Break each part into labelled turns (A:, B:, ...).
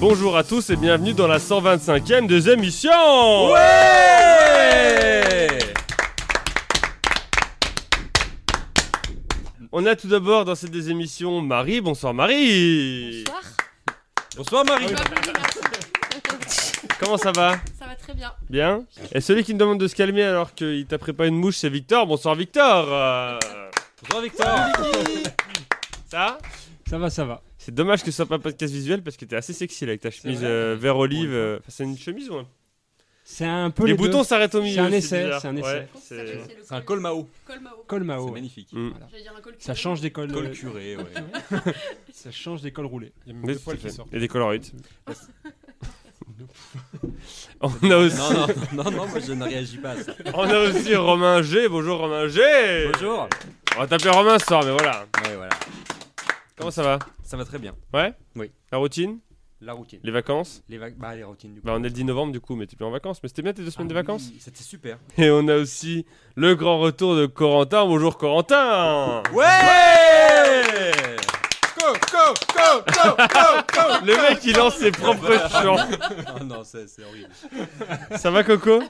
A: Bonjour à tous et bienvenue dans la 125e des émissions On a tout d'abord dans cette des émissions Marie, bonsoir Marie
B: Bonsoir.
A: Bonsoir Marie Comment ça va
B: Ça va très bien.
A: Bien Et celui qui me demande de se calmer alors qu'il t'a préparé une mouche, c'est Victor, bonsoir Victor Bonsoir Victor Ça
C: Ça va, ça va.
A: C'est dommage que ce soit pas un podcast visuel parce que t'es assez sexy là, avec ta chemise euh, vert olive. euh, enfin, c'est une chemise ou un
C: C'est un peu
A: Les,
C: les,
A: boutons
C: deux.
A: s'arrêtent au
C: C'est
A: milieu.
C: un
A: aussi,
C: essai,
A: bizarre.
C: c'est un essai.
A: Ouais,
B: Comment ça
A: c'est-
B: s'appelle, le
D: C'est un col Mao.
B: Col Mao.
C: Col Mao.
D: C'est
C: ouais.
D: magnifique.
A: Mm.
B: J'allais dire un col
C: Ça
B: curé.
C: change des cols.
D: Col
C: euh,
D: curé, ouais.
C: ça change des cols roulés.
E: Il y a même
A: Oui,
E: deux poils
A: tout à
E: qui
A: fait.
E: sortent.
A: Et des Polaroids. on, a aussi,
D: non, non, non, non, moi je ne réagis pas à ça.
A: on a aussi Romain G. Bonjour Romain G.
D: Bonjour.
A: On va t'appeler Romain ce soir, mais voilà.
D: Ouais, voilà.
A: Comment ça va
D: Ça va très bien.
A: Ouais
D: Oui.
A: La routine
D: La routine.
A: Les vacances
D: Les, vac- bah, les routines du coup.
A: Bah, on est le 10 novembre du coup, mais t'es plus en vacances. Mais c'était bien tes deux semaines
D: Ah
A: de vacances
D: C'était super.
A: Et on a aussi le grand retour de Corentin. Bonjour Corentin
D: Ouais
E: Go, go, go, go, go, go
A: Le mec il lance ses propres chants.
D: Oh non, c'est c'est horrible.
A: Ça va Coco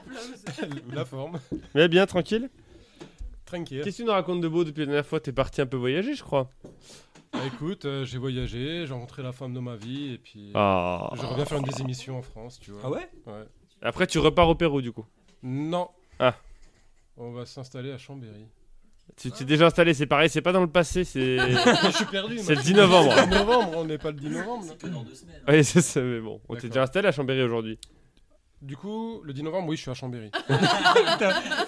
B: Applause.
E: La forme.
A: Mais bien, tranquille
E: Tranquille.
A: Qu'est-ce que tu nous racontes de beau depuis la dernière fois T'es parti un peu voyager, je crois.
E: Bah, écoute, euh, j'ai voyagé, j'ai rencontré la femme de ma vie et puis euh,
A: Ah.
E: je reviens faire une des émissions en France, tu vois.
D: Ah ouais
E: Ouais.
A: Après, tu repars au Pérou du coup.
E: Non.
A: Ah.
E: On va s'installer à Chambéry.
A: Tu t'es déjà installé, c'est pareil, c'est pas dans le passé, c'est
E: je suis perdu.
A: c'est le
E: moi.
A: 10 novembre.
E: En novembre, on n'est pas le 10 novembre. non
A: Oui, c'est ça, mais bon. On t'est
E: D'accord.
A: déjà installé à Chambéry aujourd'hui.
E: Du coup, le 10 novembre, oui, je suis à Chambéry.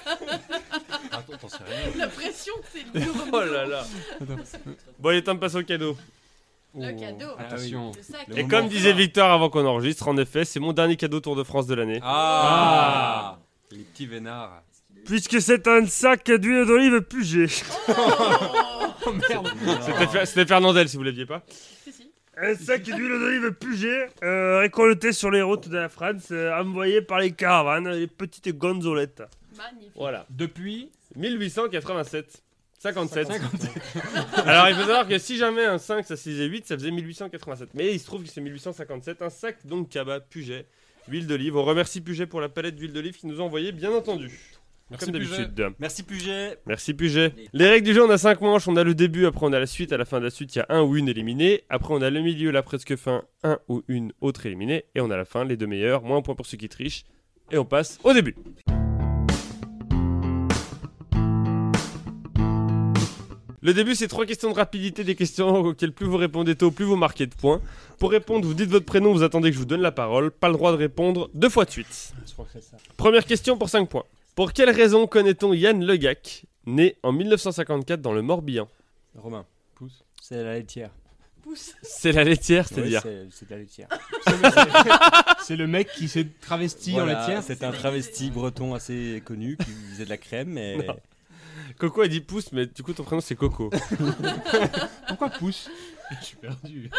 D: Attends, t'en sais rien.
B: La pression, c'est lourd.
A: Oh là Bon, il est temps de passer au cadeau.
B: Le
E: Oh.
B: cadeau.
C: Attention.
B: Le sac. Oh.
D: Le
A: Et
D: moment
A: comme
D: fort.
A: disait Victor avant qu'on enregistre, en effet, c'est mon dernier cadeau Tour de France de l'année.
D: Ah Les petits vénards.
A: Puisque c'est un sac d'huile d'olive pugée.
B: Oh
C: Merde.
A: C'était Fer- c'était Fernandel si vous l'aviez pas.
B: Si, si.
A: Un sac d'huile d'olive pugée récolté sur les routes de la France, euh, envoyé par les caravanes, les petites gonzolettes.
B: Magnifique.
A: Voilà.
C: Depuis.
A: 1887. 57.
C: 57.
A: Alors il faut savoir que si jamais un 5 ça se lisait 8, ça faisait 1887. Mais il se trouve que c'est 1857. Un sac donc Caba Puget, huile d'olive. On remercie Puget pour la palette d'huile d'olive qu'il nous a envoyée, bien entendu.
E: Merci
A: Comme
E: Puget.
A: d'habitude.
D: Merci Puget.
A: Merci Puget. Les règles du jeu, on a 5 manches. On a le début, après on a la suite. À la fin de la suite, il y a un ou une éliminée. Après, on a le milieu, la presque fin, un ou une autre éliminée. Et on a la fin, les deux meilleurs. Moins un point pour ceux qui trichent. Et on passe au début. Le début, c'est trois questions de rapidité, des questions auxquelles plus vous répondez tôt, plus vous marquez de points. Pour répondre, vous dites votre prénom, vous attendez que je vous donne la parole. Pas le droit de répondre deux fois de suite.
C: Je crois que c'est ça.
A: Première question pour 5 points. Pour quelle raison connaît-on Yann Le Gac, né en 1954 dans le Morbihan
D: Romain.
E: Pouce.
D: C'est la laitière.
B: Pousse.
A: C'est la laitière,
D: Oui,
A: c'est-à-dire.
D: c'est c'est la laitière.
C: C'est le mec qui s'est travesti en
D: Voilà,
C: laitière.
D: C'est un travesti breton assez connu qui faisait de la crème. Et...
A: Non. Coco a dit pouce, mais du coup ton prénom c'est Coco.
C: Pourquoi pousse
E: Je suis perdu.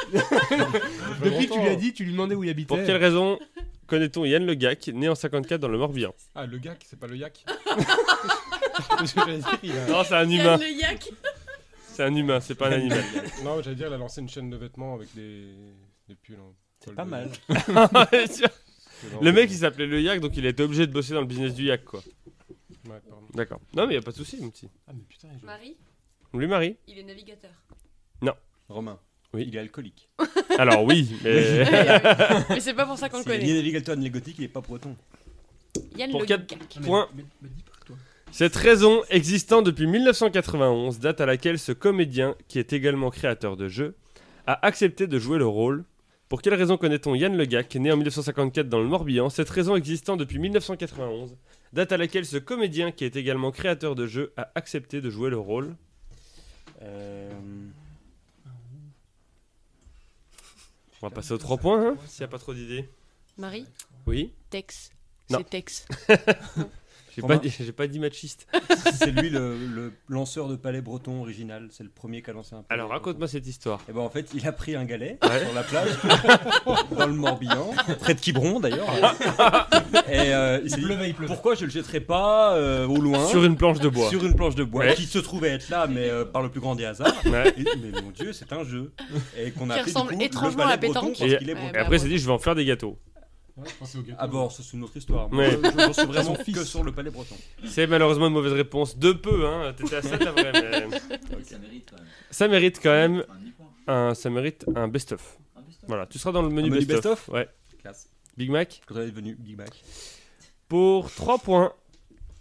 C: Depuis que tu lui as dit, tu lui demandais où il habitait.
A: Pour quelle raison connaît-on Yann Le Gac, né en 54 dans le Morbihan
E: Ah, le gars, c'est pas le yak. J'allais dire, il a-
A: Non, c'est un
B: Il y
A: humain.
B: a le yak.
A: C'est un humain, c'est pas un animal.
E: Non, j'allais dire, il a lancé une chaîne de vêtements avec des, des pulls. en
D: C'est
E: col
D: pas
E: de-
D: mal.
A: le mec il s'appelait Le Yak, donc il a été obligé de bosser dans le business du yak, quoi.
E: Ouais, pardon.
A: D'accord. Non, mais y a pas de souci, mon petit.
E: Ah, mais putain, il
B: Marie,
A: On lui marie
B: il est navigateur.
D: Romain.
A: Oui.
D: Il est alcoolique.
A: Alors oui, mais.
B: Mais c'est pas pour ça qu'on le
D: S'il est ni
B: connaît.
D: navigateur ni gothique, il est pas breton.
B: Yann
A: Pour
B: le
A: quatre-
B: Gac.
A: Point. Cette raison, existant depuis 1991, date à laquelle ce comédien, qui est également créateur de jeux, a accepté de jouer le rôle. Pour quelle raison connaît-on Yann Le Gac, né en 1954 dans le Morbihan Cette raison existant depuis 1991, date à laquelle ce comédien, qui est également créateur de jeux, a accepté de jouer le rôle.
D: Euh...
A: On va passer aux 3 points, hein, s'il n'y a pas trop d'idées.
B: Marie,
A: Oui
B: Tex.
A: Non.
B: C'est Tex.
A: J'ai
D: Romain.
A: pas, dit- j'ai pas dit machiste.
D: C'est lui le, le lanceur de palais breton original. C'est le premier qui a lancé un palais.
A: Alors raconte-moi cette histoire.
D: Et ben en fait, il a pris un galet
A: Ouais.
D: sur la plage, dans le Morbihan, près de Quiberon d'ailleurs. Et euh, il s'est dit,
C: pleuvait, il pleuvait.
D: pourquoi je le jetterai pas euh, au loin
A: Sur une planche de bois.
D: sur une planche de bois
A: Ouais.
D: qui se trouvait être là, mais euh, par le plus grand des hasards.
A: Ouais.
D: Et- mais mon dieu, c'est un jeu. Et qu'on a
B: Qui
D: appelé, du
B: ressemble
D: coup, le
B: étrangement
D: ballet
B: à la
D: breton
B: pétanque.
D: parce qu'il est
B: Ouais,
D: breton.
A: Et après, c'est dit, je vais en faire des gâteaux.
E: Ouais, je pensais au gâteau.
D: Ah bon, ça, c'est une autre histoire. Moi,
A: Ouais.
D: je- je suis vraiment
C: Son fils.
D: que sur le palais breton.
A: C'est malheureusement une mauvaise réponse. De peu, hein. T'étais à ça, la vraie. mais-
F: Ça mérite quand même.
A: Ça mérite quand même
F: Un demi-point.
A: un, ça mérite un best-of.
F: Un best-of.
A: Voilà, tu seras dans le menu
D: Un menu
A: best-of.
D: best-of
A: ouais.
D: Classe.
A: Big Mac.
D: Quand on est devenu Big Mac.
A: Pour 3 points,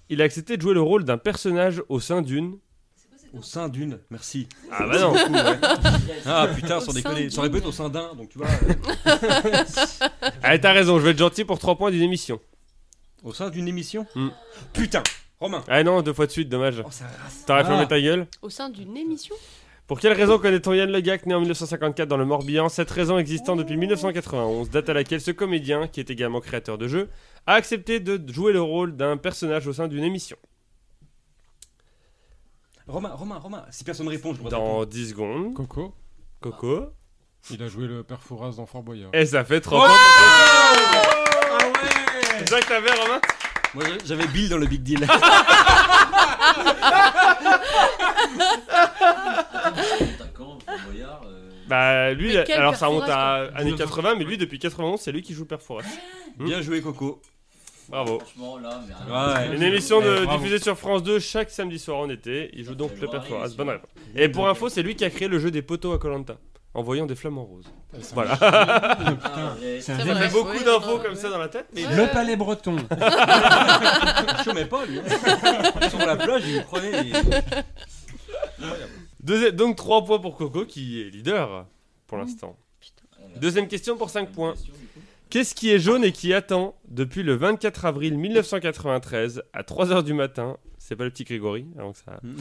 A: il a accepté de jouer le rôle d'un personnage au sein d'une.
D: Au sein d'une, merci.
A: Ah bah non.
D: Ah putain, sans
B: Au sein
D: déconner. Ça aurait pu être au sein d'un, donc tu vois. euh,
A: Allez, Ah, t'as raison. Je vais être gentil pour 3 points d'une émission.
D: Au sein d'une émission
A: Hmm.
D: Putain Romain
A: Ah non, deux fois de suite, dommage.
D: Oh, ça rase.
A: T'aurais fermé
D: Ah.
A: ta gueule.
B: Au sein d'une émission
A: Pour quelle raison connaît-on Yann Le Gac, né en 1954 dans le Morbihan Cette raison existant depuis 1991, date à laquelle ce comédien, qui est également créateur de jeux, a accepté de jouer le rôle d'un personnage au sein d'une émission.
D: Romain, Romain, Romain Si personne répond, je dois répondre.
A: Dans 10 secondes,
E: Coco,
A: Coco.
E: il a joué le père Fouras dans Fort Boyard.
A: Et ça fait 3
D: Ah. Ouais
A: points.
D: Ah ouais
A: Jacques t'avais Romain
D: Moi j'avais Bill dans le Big Deal.
F: T'as quand, Fort Boyard euh,
A: Bah lui,
B: Mais quel
A: alors ça remonte à
B: Perforas,
A: années 80, mais lui depuis 91, c'est lui qui joue Perforas.
D: Bien joué Coco.
A: Bravo.
F: Franchement, là, mais rien.
D: Ouais.
A: Une émission de-
D: Eh, bravo.
A: diffusée sur France 2 chaque samedi soir en été. Il joue donc
F: Ça
A: le
F: fait
A: Perforas.
F: voir,
A: Bonne réponse. Et pour info, c'est lui qui a créé le jeu des poteaux à Colanta en voyant des flammes en rose.
E: Ah, ça
A: Voilà.
E: marche.
F: Arrête.
C: C'est un
B: Ça
A: Il
B: vrai.
A: fait
B: Ouais,
A: beaucoup
B: ouais,
A: d'infos
B: ouais,
A: comme
B: ouais.
A: ça dans la tête. mais-
B: Ouais.
C: Le palais breton.
D: Je chômais pas lui. hein. Sur la plage, il me prenait les-
A: Deuxi- donc 3 points pour Coco qui est leader pour l'instant.
B: Mmh.
F: Euh,
A: Deuxième question pour 5 points. Qu'est-ce qui est jaune et qui attend depuis le 24 avril 1993 à 3h du matin C'est pas le petit Grégory, avant que ça.
D: Mm.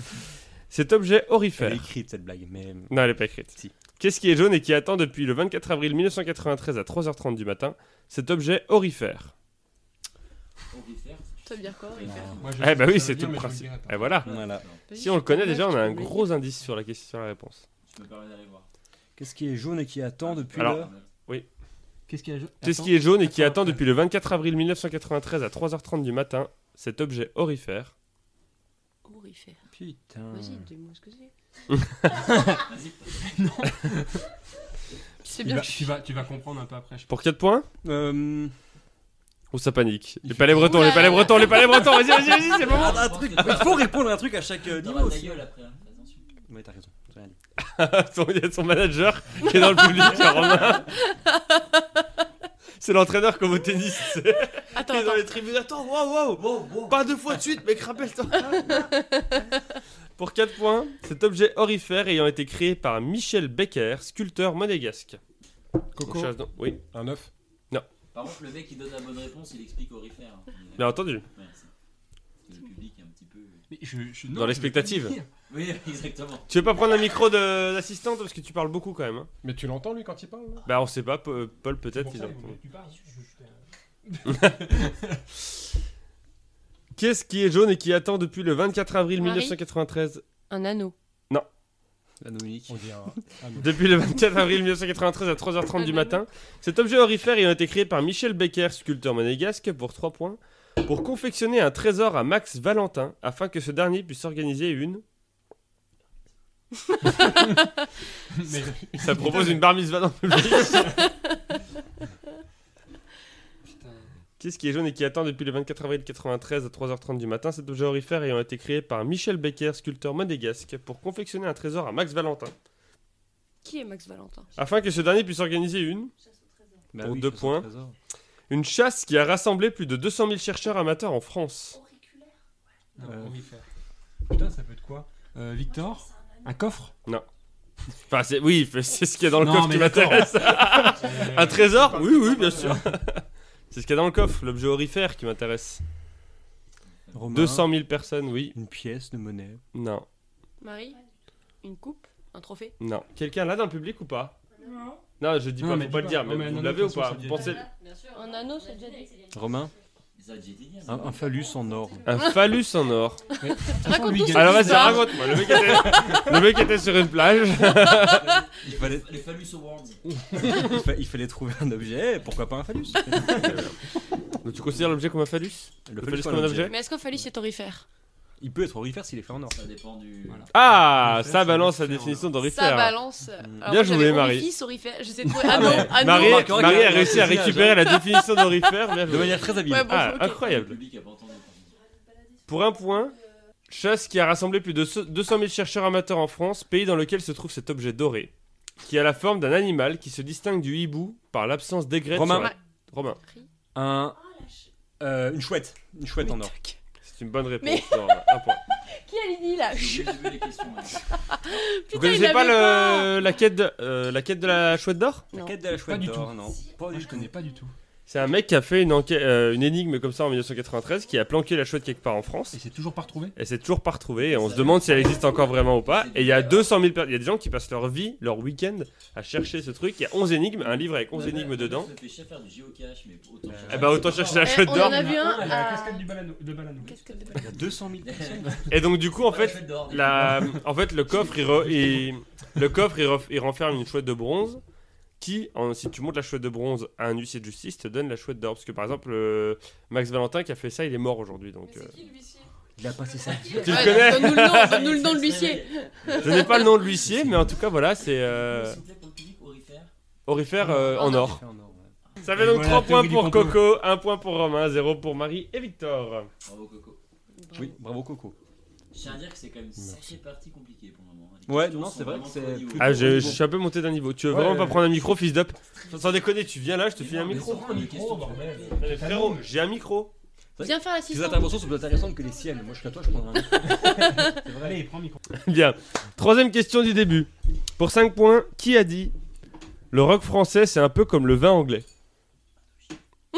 A: Cet objet
D: Elle est
A: orifère.
D: écrite cette blague, mais.
A: Non, elle est pas écrite.
D: Si.
A: Qu'est-ce qui est jaune et qui attend depuis le 24 avril 1993 à 3h30 du matin Cet objet orifère.
B: Ça veut dire quoi Orifère
D: Non.
E: Moi, je
A: Eh
E: sais
A: bah
E: ce
A: oui,
E: que ça
A: c'est tout
E: veut dire,
A: le
E: mais je
A: principe.
E: le dirai, attends.
A: Et voilà.
D: Voilà.
A: Si on le connaît déjà, on a un
B: Je peux
A: gros indice sur la question, sur la réponse.
F: Je me permets d'aller voir. euh,
D: Qu'est-ce qui est jaune et qui attend depuis
A: Alors,
D: l'heure
C: Qu'est-ce qu'il y a
A: Qu'est-ce qui est jaune et qui
C: attends,
A: attend
C: attends.
A: depuis le 24 avril 1993 à 3h30 du matin Cet objet orifère.
B: le- Orifère.
D: Putain.
B: Vas-y, dis-moi ce que c'est.
F: Vas-y.
B: C'est
E: Il
B: bien.
E: va- tu, vas, tu vas comprendre un peu après. Je...
A: Pour 4 points
D: Euh,
A: Ou ça panique
D: Il
A: Les
D: fait-
A: palais bretons, les
B: Oula.
A: palais bretons, les palais bretons, vas-y, vas-y, vas-y, c'est bon
D: Ah, un- un truc- Il faut répondre à un truc à chaque euh,
F: Dans
D: niveau
F: la ta
D: aussi.
F: gueule après. hein. Attention.
D: Ouais, t'as raison. j'ai rien dit.
A: Son- Il y a son manager qui est dans le public, Romain. C'est l'entraîneur comme au tennis. tu sais.
B: Attends,
A: Il est
B: attends.
A: dans les tribunes. Attends, waouh, waouh, pas deux fois de suite, mec, rappelle-toi. Pour 4 points, cet objet orifère ayant été créé par Michel Becker, sculpteur monégasque.
E: Coco,
A: Chose dont- Oui,
E: un œuf.
F: Par contre, le mec qui donne la bonne réponse, il explique orifère. hein. Il-
A: bien entendu.
F: Ouais, c'est- parce que le public est un petit peu. euh.
A: Dans les spectatives.
F: Oui, exactement.
A: Tu veux pas prendre un micro de l'assistante parce que tu parles beaucoup quand même. hein.
E: Mais tu l'entends lui quand il parle là
A: Bah on sait pas, Paul Paul, peut-être.
E: Pour
A: ils
E: ça,
A: ont-
E: il faut que tu parles.
A: Qu'est-ce qui est jaune et qui attend depuis le 24 avril
B: Marie
A: 1993
B: Un anneau.
D: La Dominique.
E: On dit un. un œuf.
A: Depuis le 24 avril 1993 à 3h30 du matin, cet objet orifère ayant été créé par Michel Becker, sculpteur monégasque, pour 3 points, pour confectionner un trésor à Max Valentin afin que ce dernier puisse organiser une.
E: Mais-
A: Ça propose une bar mitzvah dans le public. Qu'est-ce qui est jaune et qui attend depuis le 24 avril 93 à 3h30 du matin Cet objet orifère ayant été créé par Michel Becker, sculpteur monégasque, pour confectionner un trésor à Max Valentin
B: Qui est Max Valentin
A: afin que ce dernier puisse organiser une.
D: Bah
A: Pour
D: oui,
A: deux
D: ça, c'est
A: points.
D: un trésor.
A: Une chasse qui a rassemblé plus de 200 000 chercheurs amateurs en France.
C: Non,
D: Euh.
C: orifère. Putain, ça peut être quoi Euh, Victor Un coffre
A: Enfin, c'est, oui, c'est ce qu'il y a dans le
C: Non,
A: coffre
C: mais
A: qui
C: d'accord.
A: m'intéresse. Un trésor
E: parle
A: Oui, oui, bien sûr. C'est ce qu'il y a dans le coffre, l'objet orifère qui m'intéresse.
D: Romain,
A: 200 000 personnes, oui.
D: Une pièce de monnaie.
A: Non,
B: Marie Une coupe Un trophée
A: non. Quelqu'un là dans le public ou pas Non. je dis
C: Non,
A: pas,
C: mais
A: faut
C: dis
A: pas le
C: pas.
A: dire,
C: Non,
A: mais
C: mais
A: vous
C: non,
A: l'avez
C: non,
A: ou
C: de toute
A: pas
C: façon,
A: Vous
C: c'est
A: pensez
C: déjà
B: Un anneau, c'est déjà dit.
D: Romain
F: Les adjétiliens.
D: Un, un phallus en or.
A: Un phallus en or.
B: Raconte-nous
C: lui,
B: cette
A: Alors vas-y,
B: histoire.
A: raconte-moi. Le, mec était- le mec était sur une plage.
F: Les,
D: Il fallait-
F: les phallus awards.
D: Il, fa- il fallait trouver un objet, pourquoi pas un phallus
A: Donc, tu considères l'objet comme un phallus
D: Le
A: phallus
D: phallus
A: comme
D: comme
A: un objet
B: Mais est-ce qu'un phallus est orifère
D: Il peut être orifère s'il est fait en or.
F: Ça dépend du.
D: Voilà.
A: Ah,
C: Orifère,
A: ça
C: c'est
A: balance la
C: orifère,
A: définition
B: Ça
A: d'orifère.
B: balance. euh,
D: Bien
B: alors,
A: joué,
B: j'avais
A: Marie.
B: Orifice, orifère. Je sais trouver. Ah non, ah non.
A: Marie,
D: remarquera qu'il y a
A: Marie a
D: un
A: réussi à
D: personnage, hein.
A: récupérer la définition d'orifère. Bien joué.
D: De manière très habile.
B: Ouais, bon,
A: Ah,
B: ok.
F: Le
A: incroyable.
F: public a pas entendu.
A: Pour un point, chasse qui a rassemblé plus de ce- 200 000 chercheurs amateurs en France, pays dans lequel se trouve cet objet doré, qui a la forme d'un animal qui se distingue du hibou par l'absence d'aigrettes.
D: Romain.
A: sur la- Romain,
D: Un, euh, une chouette. Une chouette en or.
A: c'est une bonne réponse.
B: Mais-
A: Norma. Un point.
B: Qui a l'idée là
F: J'ai oublié- j'ai oublié les questions. hein.
A: Vous
B: Putain, il
A: connaissez
B: l'avait
A: pas,
B: pas.
A: le- la, quête de, euh, la quête de la chouette d'or
D: La
B: Non.
D: quête de la chouette
C: du
D: d'or,
C: tout.
D: non.
C: Moi, je connais pas du tout.
A: C'est un mec qui a fait une, enquête, euh, une énigme comme ça en 1993 qui a planqué la chouette quelque part en France.
C: Et c'est toujours pas retrouvé
A: Et c'est toujours pas retrouvé. Et on se demande si elle existe encore vraiment ou pas. Et il y a 200 000 personnes. Il y a des gens qui passent leur vie, leur week-end, à chercher ce truc. Il y a 11 énigmes, un livre avec 11
F: Ma mère-
A: énigmes
F: ma mère
A: dedans.
F: se fait chier à faire du géocache, mais autant.
A: Eh bah autant chercher la
B: Eh,
A: chouette
B: on
A: d'or.
B: en a vu un
C: Il y a la
B: à-
C: cascade du Balano- de Balano.
B: Qu'est-ce que-
D: Il y a 200 000 personnes.
A: Et donc du coup en fait,
F: d'or.
A: la, en fait le coffre, il, re- il- le coffre il, ref- il renferme une chouette de bronze qui, en- si tu montes la chouette de bronze à un huissier de justice, te donne la chouette d'or. Parce que par exemple, euh, Max Valentin qui a fait ça, il est mort aujourd'hui. Donc euh,
D: Il a passé ça.
A: tu le
F: bah,
B: Ouais,
A: connais
B: Donne-nous le nom, donne-nous le nom de l'huissier.
A: Je n'ai pas le nom de l'huissier, mais en tout cas voilà, c'est euh,
F: S'il vous plaît, pour le public, orifère.
A: orifère euh, en or.
D: En or, ouais.
A: Ça fait
C: Et
A: donc
C: voilà
A: 3
C: la
A: points
C: théorie du
A: pour
C: complot.
A: Coco, 1 point pour Romain, 0 pour Marie et Victor.
F: Bravo, Coco.
D: Oui, bravo Coco.
F: Je tiens à dire que c'est quand même une sacrée partie compliquée pour le moment. Les
D: Ouais,
F: questions
D: non,
F: sont
D: c'est vrai
F: vraiment
D: que c'est
F: trop niveau.
D: plus-
A: Ah, je,
D: bon.
A: je suis un peu monté d'un niveau. Tu veux
C: Ouais,
A: vraiment pas
C: ouais.
A: prendre un micro, fils d'up Sans déconner, tu viens là, je te file un
F: Mais
A: micro.
F: sans prendre les questions, tu vas
C: bordel.
F: te
A: Non, mais frérot, j'ai un micro.
B: Viens faire
D: Tes
B: l'assistant.
D: interventions sont plus intéressantes que les siennes. Moi, je suis à toi, je prends un. c'est vrai.
C: Allez, prends le micro.
A: Bien. Troisième question du début. Pour 5 points, qui a dit Le rock français, c'est un peu comme le vin anglais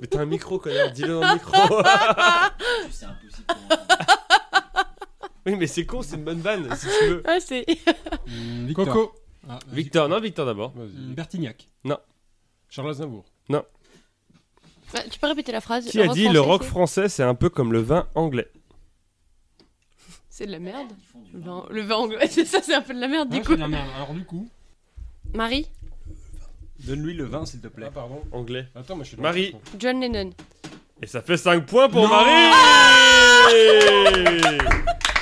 A: Mais t'as un micro, connard, dis-le dans le micro.
F: faire- C'est impossible pour moi.
A: oui, mais c'est con, c'est une bonne vanne, si tu veux.
B: Ah, c'est.
C: Hum, Victor.
E: Coco.
C: Ah, vas-y.
A: Victor, non, Victor d'abord.
E: Vas-y.
C: Hum, Bertignac.
E: Charles Aznavour.
B: Ah, Tu peux répéter la phrase
A: Qui a
B: rock
A: dit Le
B: français,
A: rock
B: c'est-
A: français, c'est un peu comme le vin anglais
B: C'est de la merde.
F: Ils font du
B: Le
F: vin.
B: vin, le vin anglais, c'est ça, c'est un peu de la merde
C: Ah,
B: du
C: c'est
B: coup.
C: de la merde. Alors du coup,
B: Marie,
D: Donne-lui le vin, s'il te plaît.
E: Ah, pardon.
A: Anglais.
E: Attends, mais je suis dans
A: Marie.
B: John Lennon.
A: Et ça fait 5 points pour
C: Non
A: Marie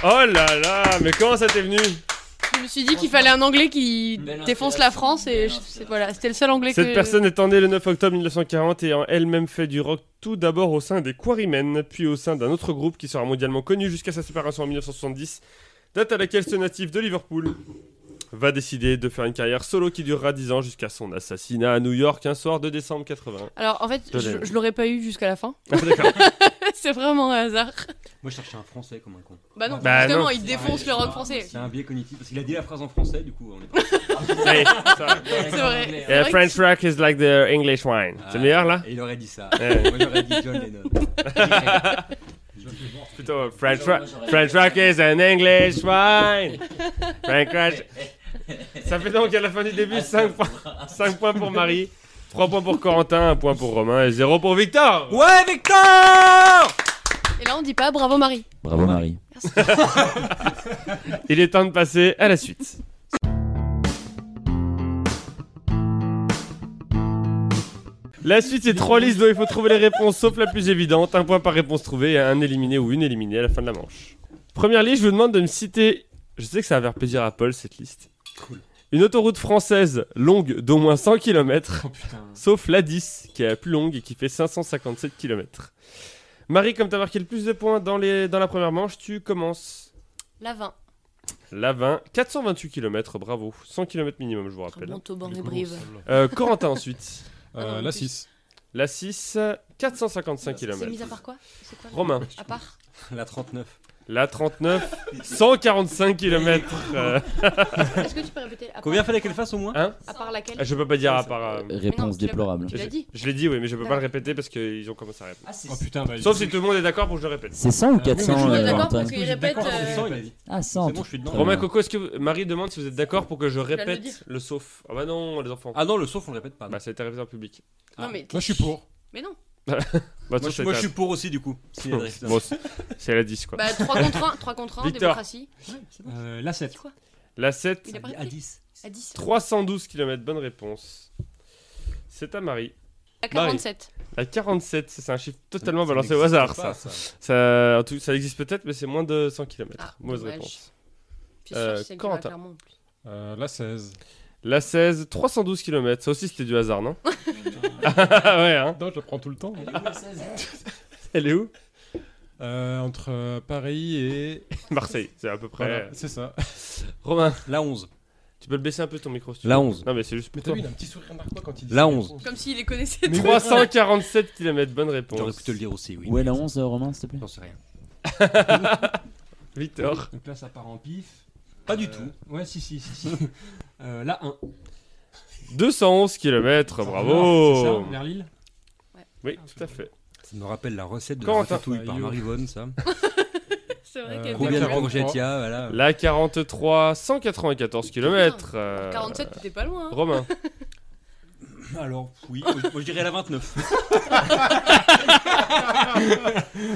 A: Oh là là, mais comment ça t'est venu
B: Je me suis dit qu'il fallait un anglais qui
F: Belle
B: défonce
F: inspiration,
B: la France et
F: belle
B: je-
F: inspiration.
B: voilà, c'était le seul anglais que.
A: Cette personne étant née le 9 octobre 1940 et ayant elle-même fait du rock tout d'abord au sein des Quarrymen, puis au sein d'un autre groupe qui sera mondialement connu jusqu'à sa séparation en 1970, date à laquelle ce natif de Liverpool va décider de faire une carrière solo qui durera 10 ans jusqu'à son assassinat à New York un soir de décembre 80.
B: Alors en fait,
A: John
B: je,
A: Lennon.
B: je l'aurais pas eu jusqu'à la fin.
A: Ah, d'accord.
B: c'est vraiment un hasard.
D: Moi, je cherchais un français comme un con.
B: Bah non,
A: Bah
B: justement,
A: non.
B: il défonce le rock français.
D: C'est un biais cognitif parce qu'il a dit la phrase en français, du coup, on est pas.
A: Ouais, ça.
B: C'est vrai.
F: hein.
A: Eh, French rock is like the English wine. C'est meilleur là
D: Et il aurait dit ça.
A: Ouais.
D: Moi, j'aurais dit John Lennon.
A: Plutôt euh, Eh, French rock.
F: Moi, j'aurais-
A: French rock is an English wine. French rock. Ça fait donc à la fin du
F: Ah,
A: début 5 points, cinq points pour Marie, 3 points pour Corentin, 1 point pour Romain et 0 pour Victor.
D: Ouais, Victor
B: Et là, on dit pas bravo Marie.
F: Bravo, Marie.
A: Il est temps de passer à la suite. La suite, c'est trois listes dont il faut trouver les réponses, sauf la plus évidente. Un point par réponse trouvée et un éliminé ou une éliminée à la fin de la manche. Première liste, je vous demande de me citer. Je sais que ça va faire plaisir à Paul cette liste. Une autoroute française longue d'au moins 100 km,
C: oh putain.
A: sauf la 10 qui est la plus longue et qui fait 557 km. Marie, comme t'as marqué le plus de points dans, les... dans la première manche, tu commences.
B: La 20.
A: La 20, 428 km, bravo. 100 km minimum, je vous rappelle.
B: Montauban et
E: Le
B: Brive.
E: colossal.
A: Euh, Corentin ensuite.
E: Euh,
B: Ah,
E: la
B: non,
E: 6.
A: La 6, 455
B: C'est mis
A: km.
B: à part quoi C'est quoi
A: Romain.
B: À part
D: La 39.
A: La 39, 145 km.
B: Est-ce que tu peux répéter à part-
D: Combien fallait qu'elle fasse au moins
B: À part laquelle
A: je peux pas dire à part. euh,
B: Réponse déplorable. Tu
A: je
B: l'as dit
A: je l'ai dit, oui, mais je peux pas le répéter parce qu'ils ont commencé à répéter.
F: Ah, c'est
C: Oh putain, bah,
A: Sauf si tout le monde est d'accord pour que je le répète.
G: C'est 100 ou
C: Ah, oui, mais je suis
G: 400
C: pas
G: euh,
B: d'accord
G: Valentin
B: parce que- Il
D: Oui, j'ai
B: répète,
D: d'accord,
B: euh,
D: c'est 100, il a dit.
G: Ah,
D: C'est
G: 100.
D: bon, je suis dedans.
G: Très
A: Romain
G: bien.
A: Coco, est-ce que vous- Marie demande si vous êtes d'accord pour que je
B: viens de le
A: répète
B: dire.
A: le sauf Ah bah non, les enfants.
D: Ah non, le sauf, on le répète pas. non.
A: Bah ça a été répété en public.
B: Non, mais.
E: Moi, je suis pour.
B: Mais non.
A: Bah, de
D: Moi,
A: toute
D: je,
A: façon,
D: moi, je
A: ça
D: suis pour aussi, du coup. si elle reste.
A: était à- Bon, c'est- c'est la 10, quoi.
B: Bah, 3 contre 1, 3 contre 1,
A: Victor.
B: démocratie.
D: Euh, la 7.
B: C'est quoi
A: La 7,
B: Il a pas
D: À
B: répondu
D: 10.
B: À 10.
A: 312 km, bonne réponse. C'est à Marie.
B: À 47.
A: À 47, c'est un chiffre totalement
D: Ça
A: balancé au
D: n'existe
A: hasard,
D: pas,
A: ça. Ça, en tout- ça existe peut-être, mais c'est moins de 100 km.
B: Ah,
A: Mauvaise
B: dommage.
A: réponse.
B: Je suis sûr
A: Euh,
B: que c'est le
A: Corentin.
B: clairement.
E: Euh, la 16.
A: La 16, 312 km. Ça aussi, c'était du hasard, non Ah ouais, hein
E: Non, je prends tout le temps.
F: Elle est où, la 16
A: Elle est où
E: Euh, entre euh, Paris et.
A: Marseille, c'est à peu près.
E: Voilà, c'est ça.
A: Romain,
D: La 11.
A: tu peux le baisser un peu ton micro si tu
D: La
A: veux.
D: 11.
A: Non, mais c'est juste pour
E: Mais t'as
A: toi.
E: vu, il a un petit sourire narquois quand il dit
D: La
E: ça.
D: 11.
B: Comme s'il les connaissait.
E: Mais-
A: 347 km, bonne
D: J'aurais
A: réponse.
D: pu te le dire aussi, oui.
G: Où est la 11, euh, Romain, s'il te plaît
D: J'en sais rien.
A: Victor.
H: Donc là, ça part en pif.
D: Pas du
H: Euh,
D: tout.
H: Ouais, si, si, si. si. Euh, la 1.
A: 211 km,
H: Ah, C'est
A: bravo
H: ça, vers Lille
A: Oui, tout à fait.
D: Ça me rappelle la recette de
A: Corentin.
D: la ratatouille par
E: Aïe, oh.
D: Marivonne, ça.
B: C'est vrai
E: Euh,
B: qu'elle
D: Combien de
B: était-
E: 43.
D: Progetia, voilà.
A: La 43, 194 km.
B: 47, t'étais pas loin. hein.
A: euh, Romain.
D: Bah, Alors, oui, moi, je- moi, je dirais la 29.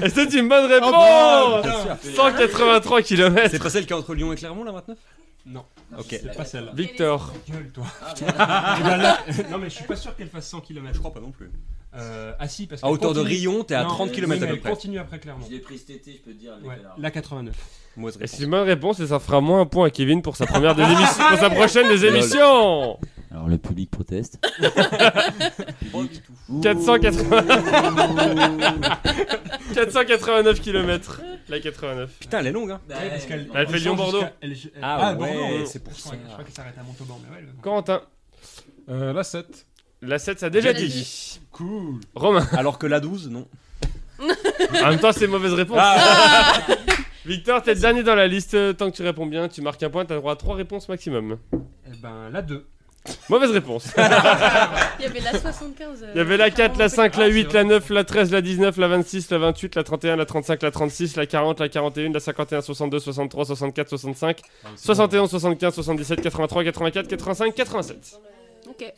A: Et c'est une bonne
D: Ah
A: réponse
H: Oh,
D: Bien sûr.
A: 183 km
D: C'est pas celle qui est entre Lyon et Clermont, la 29
F: Ok.
H: C'est pas celle-là.
A: Victor.
H: Gueule, toi.
F: Ah, voilà.
H: Eh ben là- non, mais je suis pas sûr qu'elle fasse 100 km.
D: crois pas non plus.
H: Euh, ah si, parce que.
D: À hauteur de
H: continue-
D: Rion, t'es à
H: Non,
D: 30
H: oui,
D: km
H: mais
D: à peu
H: elle
D: près.
H: Continue après, clairement.
F: Je l'ai prise cet été, je peux te dire.
H: Ouais,
F: lesquels, alors.
H: la 89.
D: Mauvaise
A: Et c'est
D: réponse.
A: une bonne réponse et ça fera moins un point à Kevin pour sa, première des émissions, pour sa prochaine des émissions
G: Alors, le public proteste.
D: Pas du tout.
G: 480
A: 489 km La 89.
D: Putain, elle est longue, hein.
F: Bah,
H: Ouais, parce qu'elle-
A: Elle
F: non,
A: fait
H: elle change
A: Lyon-Bordeaux.
H: jusqu'à- elle- elle-
D: Ah,
H: Bordeaux,
D: ouais,
H: ouais.
D: c'est pour
H: Je
D: ça.
H: crois je crois qu'elle s'arrête à Montauban, mais ouais. elle-
A: Corentin.
E: Euh, la 7.
A: La 7, ça a déjà
B: Déjà
A: dit.
D: Cool.
A: Romain.
D: Alors que la 12, non.
A: En même temps, c'est mauvaise réponse.
D: Ah.
H: Ah.
A: Victor, t'es le dernier dans la liste. Tant que tu réponds bien, tu marques un point. T'as droit à 3 réponses maximum.
H: Eh ben, la 2.
A: Mauvaise réponse.
B: Il y avait la 75. euh,
A: Il y avait la 4, la 5, la
H: Ah, c'est
A: 8,
H: vrai.
A: la 9, la 13, la 19, la 26, la 28, la 31, la 35, la 36, la 40, la 41, la 51, 62, 63, 64, 65, 71, 75, 77, 83, 84, 85, 87.
B: Ok.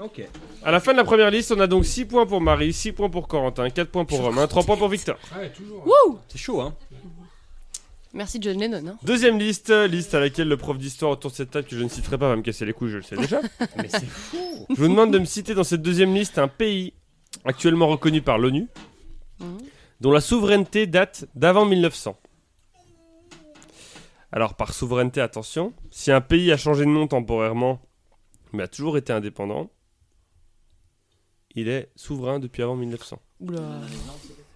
D: Ok.
A: À la fin de la première liste, on a donc 6 points pour Marie, 6 points pour Corentin, 4 points pour Romain, 3 points pour Victor.
H: Ouais, toujours.
B: Wouh
D: C'est chaud, hein.
B: Merci John Lennon. Hein.
A: Deuxième liste, liste à laquelle le prof d'histoire autour de cette table que je ne citerai pas va me casser les couilles, je le sais déjà.
D: Mais c'est fou.
A: Je vous demande de me citer dans cette deuxième liste un pays actuellement reconnu par l'ONU
B: Mhm.
A: dont la souveraineté date d'avant 1900. Alors par souveraineté, attention, si un pays a changé de nom temporairement mais a toujours été indépendant, il est souverain depuis avant 1900.
B: Oula.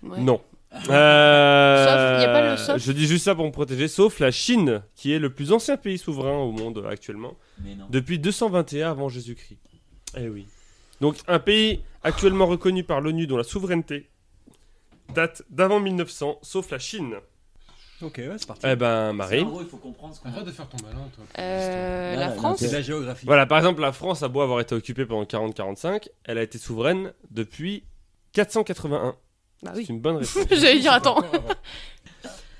B: Ouais.
A: Non. Euh,
B: Sauf- y a pas le sauf
A: Je dis juste ça pour me protéger, sauf la Chine, qui est le plus ancien pays souverain au monde euh, actuellement
F: Mais non.
A: depuis 221 avant Jésus-Christ. Eh oui. Donc un pays actuellement reconnu par l'ONU dont la souveraineté date d'avant 1900, sauf la Chine.
D: Ok, ouais, c'est parti.
A: Eh ben
F: C'est-
A: Marie.
F: En gros, il faut comprendre ce qu'on
E: Arrête de faire ton malin, toi.
B: Euh,
G: Ah,
B: la
G: là,
B: France
D: C'est de la géographie.
A: Voilà, par exemple, la France a beau avoir été occupée pendant 40-45, elle a été souveraine depuis 481.
B: Bah
A: C'est
B: oui.
A: une bonne réponse.
B: J'allais dire, attends.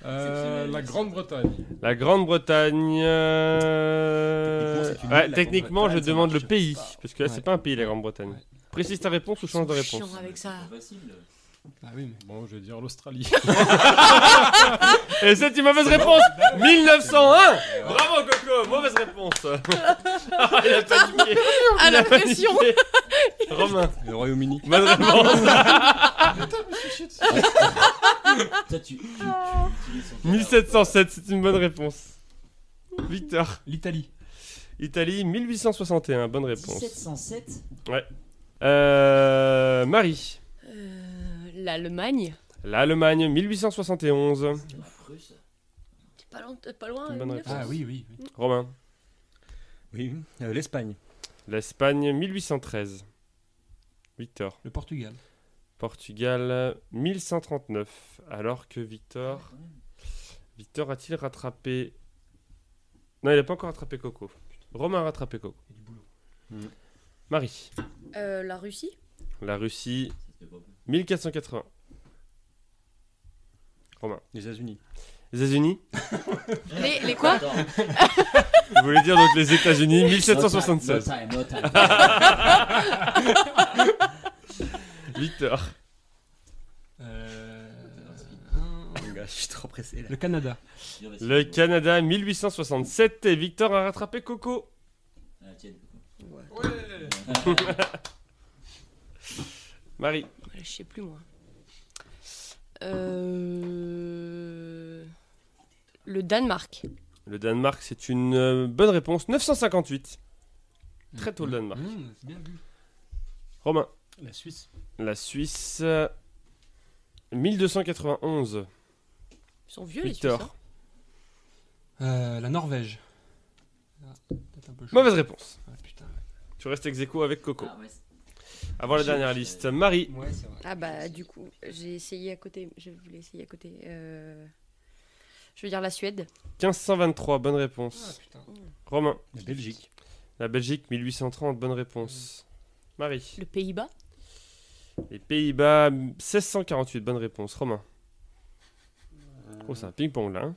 E: Euh, la Grande-Bretagne.
A: la Grande-Bretagne. euh,
D: Techniquement, c'est une île,
A: ouais,
D: la
A: techniquement, je
D: Grande-Bretagne, ça
A: demande le
D: marche
A: pays,
D: pas.
A: parce que là, c'est
H: Ouais.
A: pas un pays, la Grande-Bretagne. Précise ta réponse ou change de réponse.
B: Chiant avec ça.
F: Facile.
H: Ah oui, mais.
E: Bon, je vais dire l'Australie.
A: Et c'est une mauvaise réponse
D: Bah
A: 1901 Bravo Coco, mauvaise réponse Ah, Il a paniqué
B: Ah,
A: Il a
B: la pression
A: paniqué. Romain,
D: Le Royaume-Uni.
A: bonne réponse
D: Ah.
F: Toi, tu, tu, tu, tu utilises son
A: 1707, c'est une bonne réponse. Victor,
H: L'Italie.
A: Italie, 1861, bonne réponse.
G: 707
A: Euh, Marie,
B: Euh, L'Allemagne.
A: l'Allemagne, 1871.
F: La Prusse.
B: T'es pas loin. t'es pas loin
A: Une
B: euh,
A: bonne
B: 1900.
H: Ah oui, oui. oui.
A: Romain,
D: Oui, oui. Euh, l'Espagne.
A: l'Espagne, 1813. Victor,
H: Le Portugal.
A: Portugal, 1139. Alors que Victor... Victor a-t-il rattrapé Non, il n'a pas encore rattrapé Coco. Romain a rattrapé Coco.
H: Il y a du boulot.
A: Marie.
B: Euh, la Russie
A: La Russie,
F: Ça se fait pas.
A: 1480.
D: Les États-Unis.
A: Les États-Unis
B: Les, les quoi
F: Attends,
A: Vous voulez dire donc les États-Unis, 1776.
F: Ah,
G: No time, no time.
A: Vic- Victor.
D: Oh Mon gars, je suis trop pressé là.
H: Euh, Le Canada.
A: Le Canada 1867 et Victor a rattrapé Coco.
F: Ah, tiens, Coco.
A: Marie.
B: Je sais plus, moi. Euh... Le Danemark.
A: Le Danemark, c'est une euh, bonne réponse. 958. Très tôt le Danemark.
H: Mmh, c'est bien vu.
A: Romain.
C: La Suisse.
A: La Suisse. euh, 1291.
B: Ils sont vieux, les Suisses.
A: Victor.
B: hein.
H: Euh, la Norvège. Ah, peut-être un peu chaud.
A: Mauvaise réponse.
H: Ah, putain.
A: Tu restes ex aequo avec Coco.
F: Ah, ouais, c'est-
A: Avant la
F: j'ai-
A: dernière
F: j'ai-
A: liste. Marie.
H: Ouais, c'est vrai.
B: Ah bah du coup, j'ai essayé à côté. Je voulais essayer à côté. Euh, Je veux dire la Suède.
A: 1523. Bonne
H: Ah,
A: réponse.
H: putain.
A: Romain.
D: La Belgique.
A: La Belgique. 1830. Bonne réponse. Marie.
B: Le Pays-Bas.
A: Les Pays-Bas. 1648. Bonne réponse. Romain. Oh, c'est un ping-pong là. hein.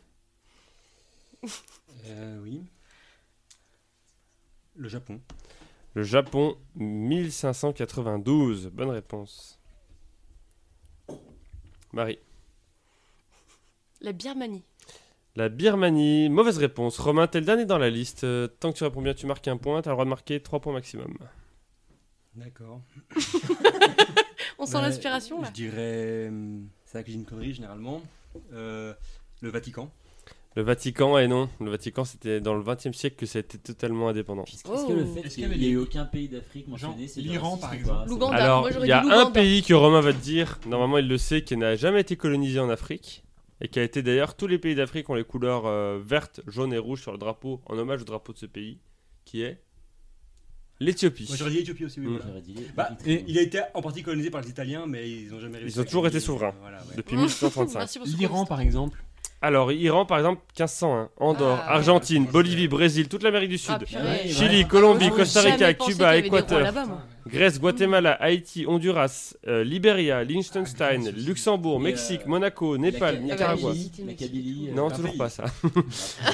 D: Euh, oui. Le Japon.
A: Le Japon. 1592. Bonne réponse. Marie.
B: La Birmanie.
A: La Birmanie, mauvaise réponse. Romain, t'es le dernier dans la liste. Euh, tant que tu réponds bien, tu marques un point. T'as le droit de marquer 3 points maximum.
D: D'accord.
B: On sent
D: Bah,
B: l'inspiration là.
D: Je dirais. hum, C'est vrai que j'ai une connerie généralement. Euh, le Vatican.
A: Le Vatican, et non. Le Vatican, c'était dans le 20 e siècle que ça a été totalement indépendant.
D: Est-ce
B: Oh.
D: que le fait
F: Est-ce
D: qu'il
F: qu'il
D: y
F: n'y a
D: ait
F: eu
D: eu-
F: aucun pays d'Afrique mentionné
C: Genre
F: c'est du
C: l'Iran,
F: racisme
C: par
F: ou
C: exemple.
F: pas Ah, C'est-
B: L'Ouganda.
A: Alors,
B: moi, j'aurais
A: il y a
B: dit
A: un
B: l'Ouganda.
A: pays que Romain va te dire, normalement il le sait, qui n'a jamais été colonisé en Afrique. Et qui a été d'ailleurs, tous les pays d'Afrique ont les couleurs euh, vertes, jaunes et rouges sur le drapeau, en hommage au drapeau de ce pays, qui est l'Éthiopie.
D: Moi j'aurais dit l'Éthiopie aussi, oui.
A: Mm.
D: voilà.
G: J'aurais dit les-
D: Bah,
G: les-
D: et il a été en partie colonisé par les Italiens, mais ils n'ont jamais réussi.
A: ont
D: à
A: toujours été
D: coloniser.
A: souverains.
D: Voilà, ouais.
A: Depuis 1835.
B: Merci pour ce
H: L'Iran,
B: constat.
H: par exemple.
A: Alors, Iran par exemple, 1501, Andorre,
B: Ah, ouais.
A: Argentine, Bolivie, Brésil, toute l'Amérique du Sud.
B: Ah, purée.
D: Ouais,
A: Chili,
D: ouais.
A: Colombie,
B: J'aurais
A: Costa Rica,
B: jamais pensé
A: Cuba,
B: qu'il y avait des rois
A: Équateur,
B: là-bas, moi.
A: Grèce, Guatemala, Haïti, Honduras, euh, Libéria, Liechtenstein,
H: Ah, Grèce aussi.
A: Luxembourg,
F: Et,
A: Mexique,
F: euh,
A: Monaco, Népal,
F: Ca-
A: Nicaragua.
B: Kabylie.
F: La Kabylie. euh,
A: Non,
D: un
A: toujours
D: pays.
A: pas ça.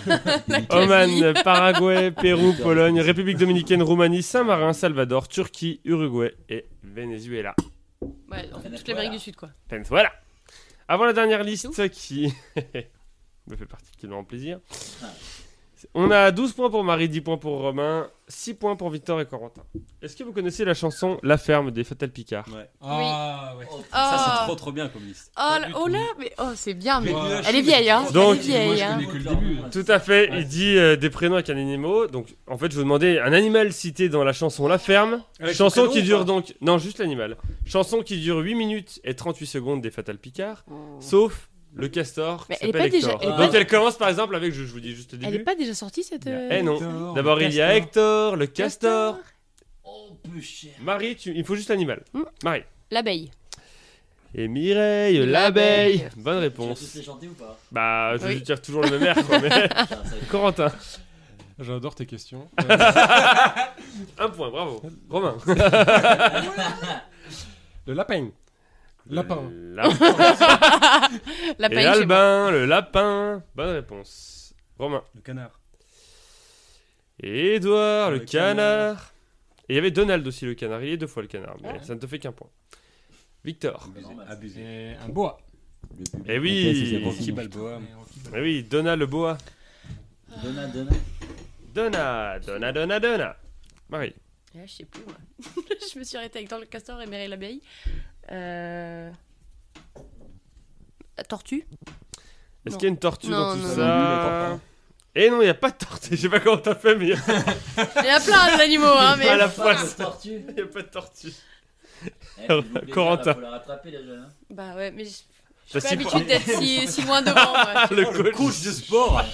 B: La
A: Oman,
B: Kabylie.
A: Paraguay, Pérou,
D: Victor,
A: Pologne, République dominicaine, Roumanie, Saint-Marin, Salvador, Turquie, Uruguay et Venezuela.
B: Ouais, en fait, toute l'Amérique du Sud quoi.
A: Venezuela. Avant la dernière liste qui me fait particulièrement plaisir.
D: Ah.
A: On a 12 points pour Marie, 10 points pour Romain, 6 points pour Victor et Corentin. Est-ce que vous connaissez la chanson La ferme des Fatal Picard
D: Ouais.
C: Ah ouais.
F: Oh,
D: Ça, c'est
B: Ah.
D: trop trop bien comme liste.
B: Oh,
C: Pas
B: là-
C: du
B: oh
C: tout.
B: là, mais oh c'est bien, mais
C: Ouais.
B: elle est vieille hein.
A: Donc,
B: elle est vieille
H: moi,
B: hein.
H: connais que le début.
A: Tout à fait, il dit euh, des prénoms avec un animal. Donc en fait, je vous demandais un animal cité dans la chanson La ferme.
D: Avec son
A: chanson
D: prénom
A: qui
D: ou
A: dure
D: pas
A: donc. Non, juste l'animal. Chanson qui dure 8 minutes et 38 secondes des Fatal Picard. Sauf le castor.
B: Mais
A: qui
B: elle est
A: s'appelle
B: pas déjà-
A: Hector.
B: elle est
A: Donc
B: pas-
A: elle commence par exemple avec, je, je vous dis juste le début.
B: Elle est pas déjà sortie cette.
A: Il y a
B: euh,
A: Eh non.
C: Castor,
A: D'abord,
C: le
A: il y a
C: castor.
A: Hector, le castor.
F: Oh, peu cher.
A: Marie, tu- il faut juste l'animal.
B: Hmm.
A: Marie.
B: L'abeille.
A: Et Mireille, l'abeille. Bonne
F: Tu vas tous
A: réponse.
F: les chanter ou pas
A: Bah, je
B: Oui.
A: lui tire toujours le même air, quoi, mais-
F: Putain, ça-
A: Corentin,
E: J'adore tes questions.
A: un point, bravo. Romain.
E: Le lapin. Lapin.
A: Le
B: La
A: Et l'albin, le lapin. Bonne réponse. Romain.
D: Le canard.
A: Et Édouard, le,
D: Le
A: canard.
D: canard.
A: Et il y avait Donald aussi, le canard. Il est deux fois le canard, mais ça ne te fait qu'un point. Victor.
F: Abusé,
D: Abusé.
H: Et un boa.
G: le public
A: Eh oui.
G: proteste, c'est
A: Et
G: la
D: Rocky
G: consigne.
D: Balboa.
H: Et Rocky Balboa.
A: Eh oui, Donna le boa.
F: Donna, Donna.
A: Donna, Donna, Donna, Donna. Marie.
B: Ah, je sais plus moi. je me suis arrêtée avec dans le castor et Mireille l'abeille. Euh... la Tortue.
A: Est-ce
B: Non.
A: qu'il y a une tortue
B: Non,
A: dans tout
B: non,
A: ça Eh non, il n'y a pas de tortue. Je sais pas comment t'as fait, mais il
B: Il y a plein d'animaux hein, mais.
A: À la
F: Pas
A: fois,
F: de
A: ça.
F: tortue.
A: n'y a pas de tortue.
F: Eh, s'il vous plaît,
A: Corentin.
F: là, Faut la rattraper, la jeune. hein.
B: Bah ouais, mais je-
A: Ça
B: j'ai pas
A: s'y
B: l'habitude d'être si, si loin devant. moi.
A: Oh, Le
D: Le
A: coach.
D: coach de sport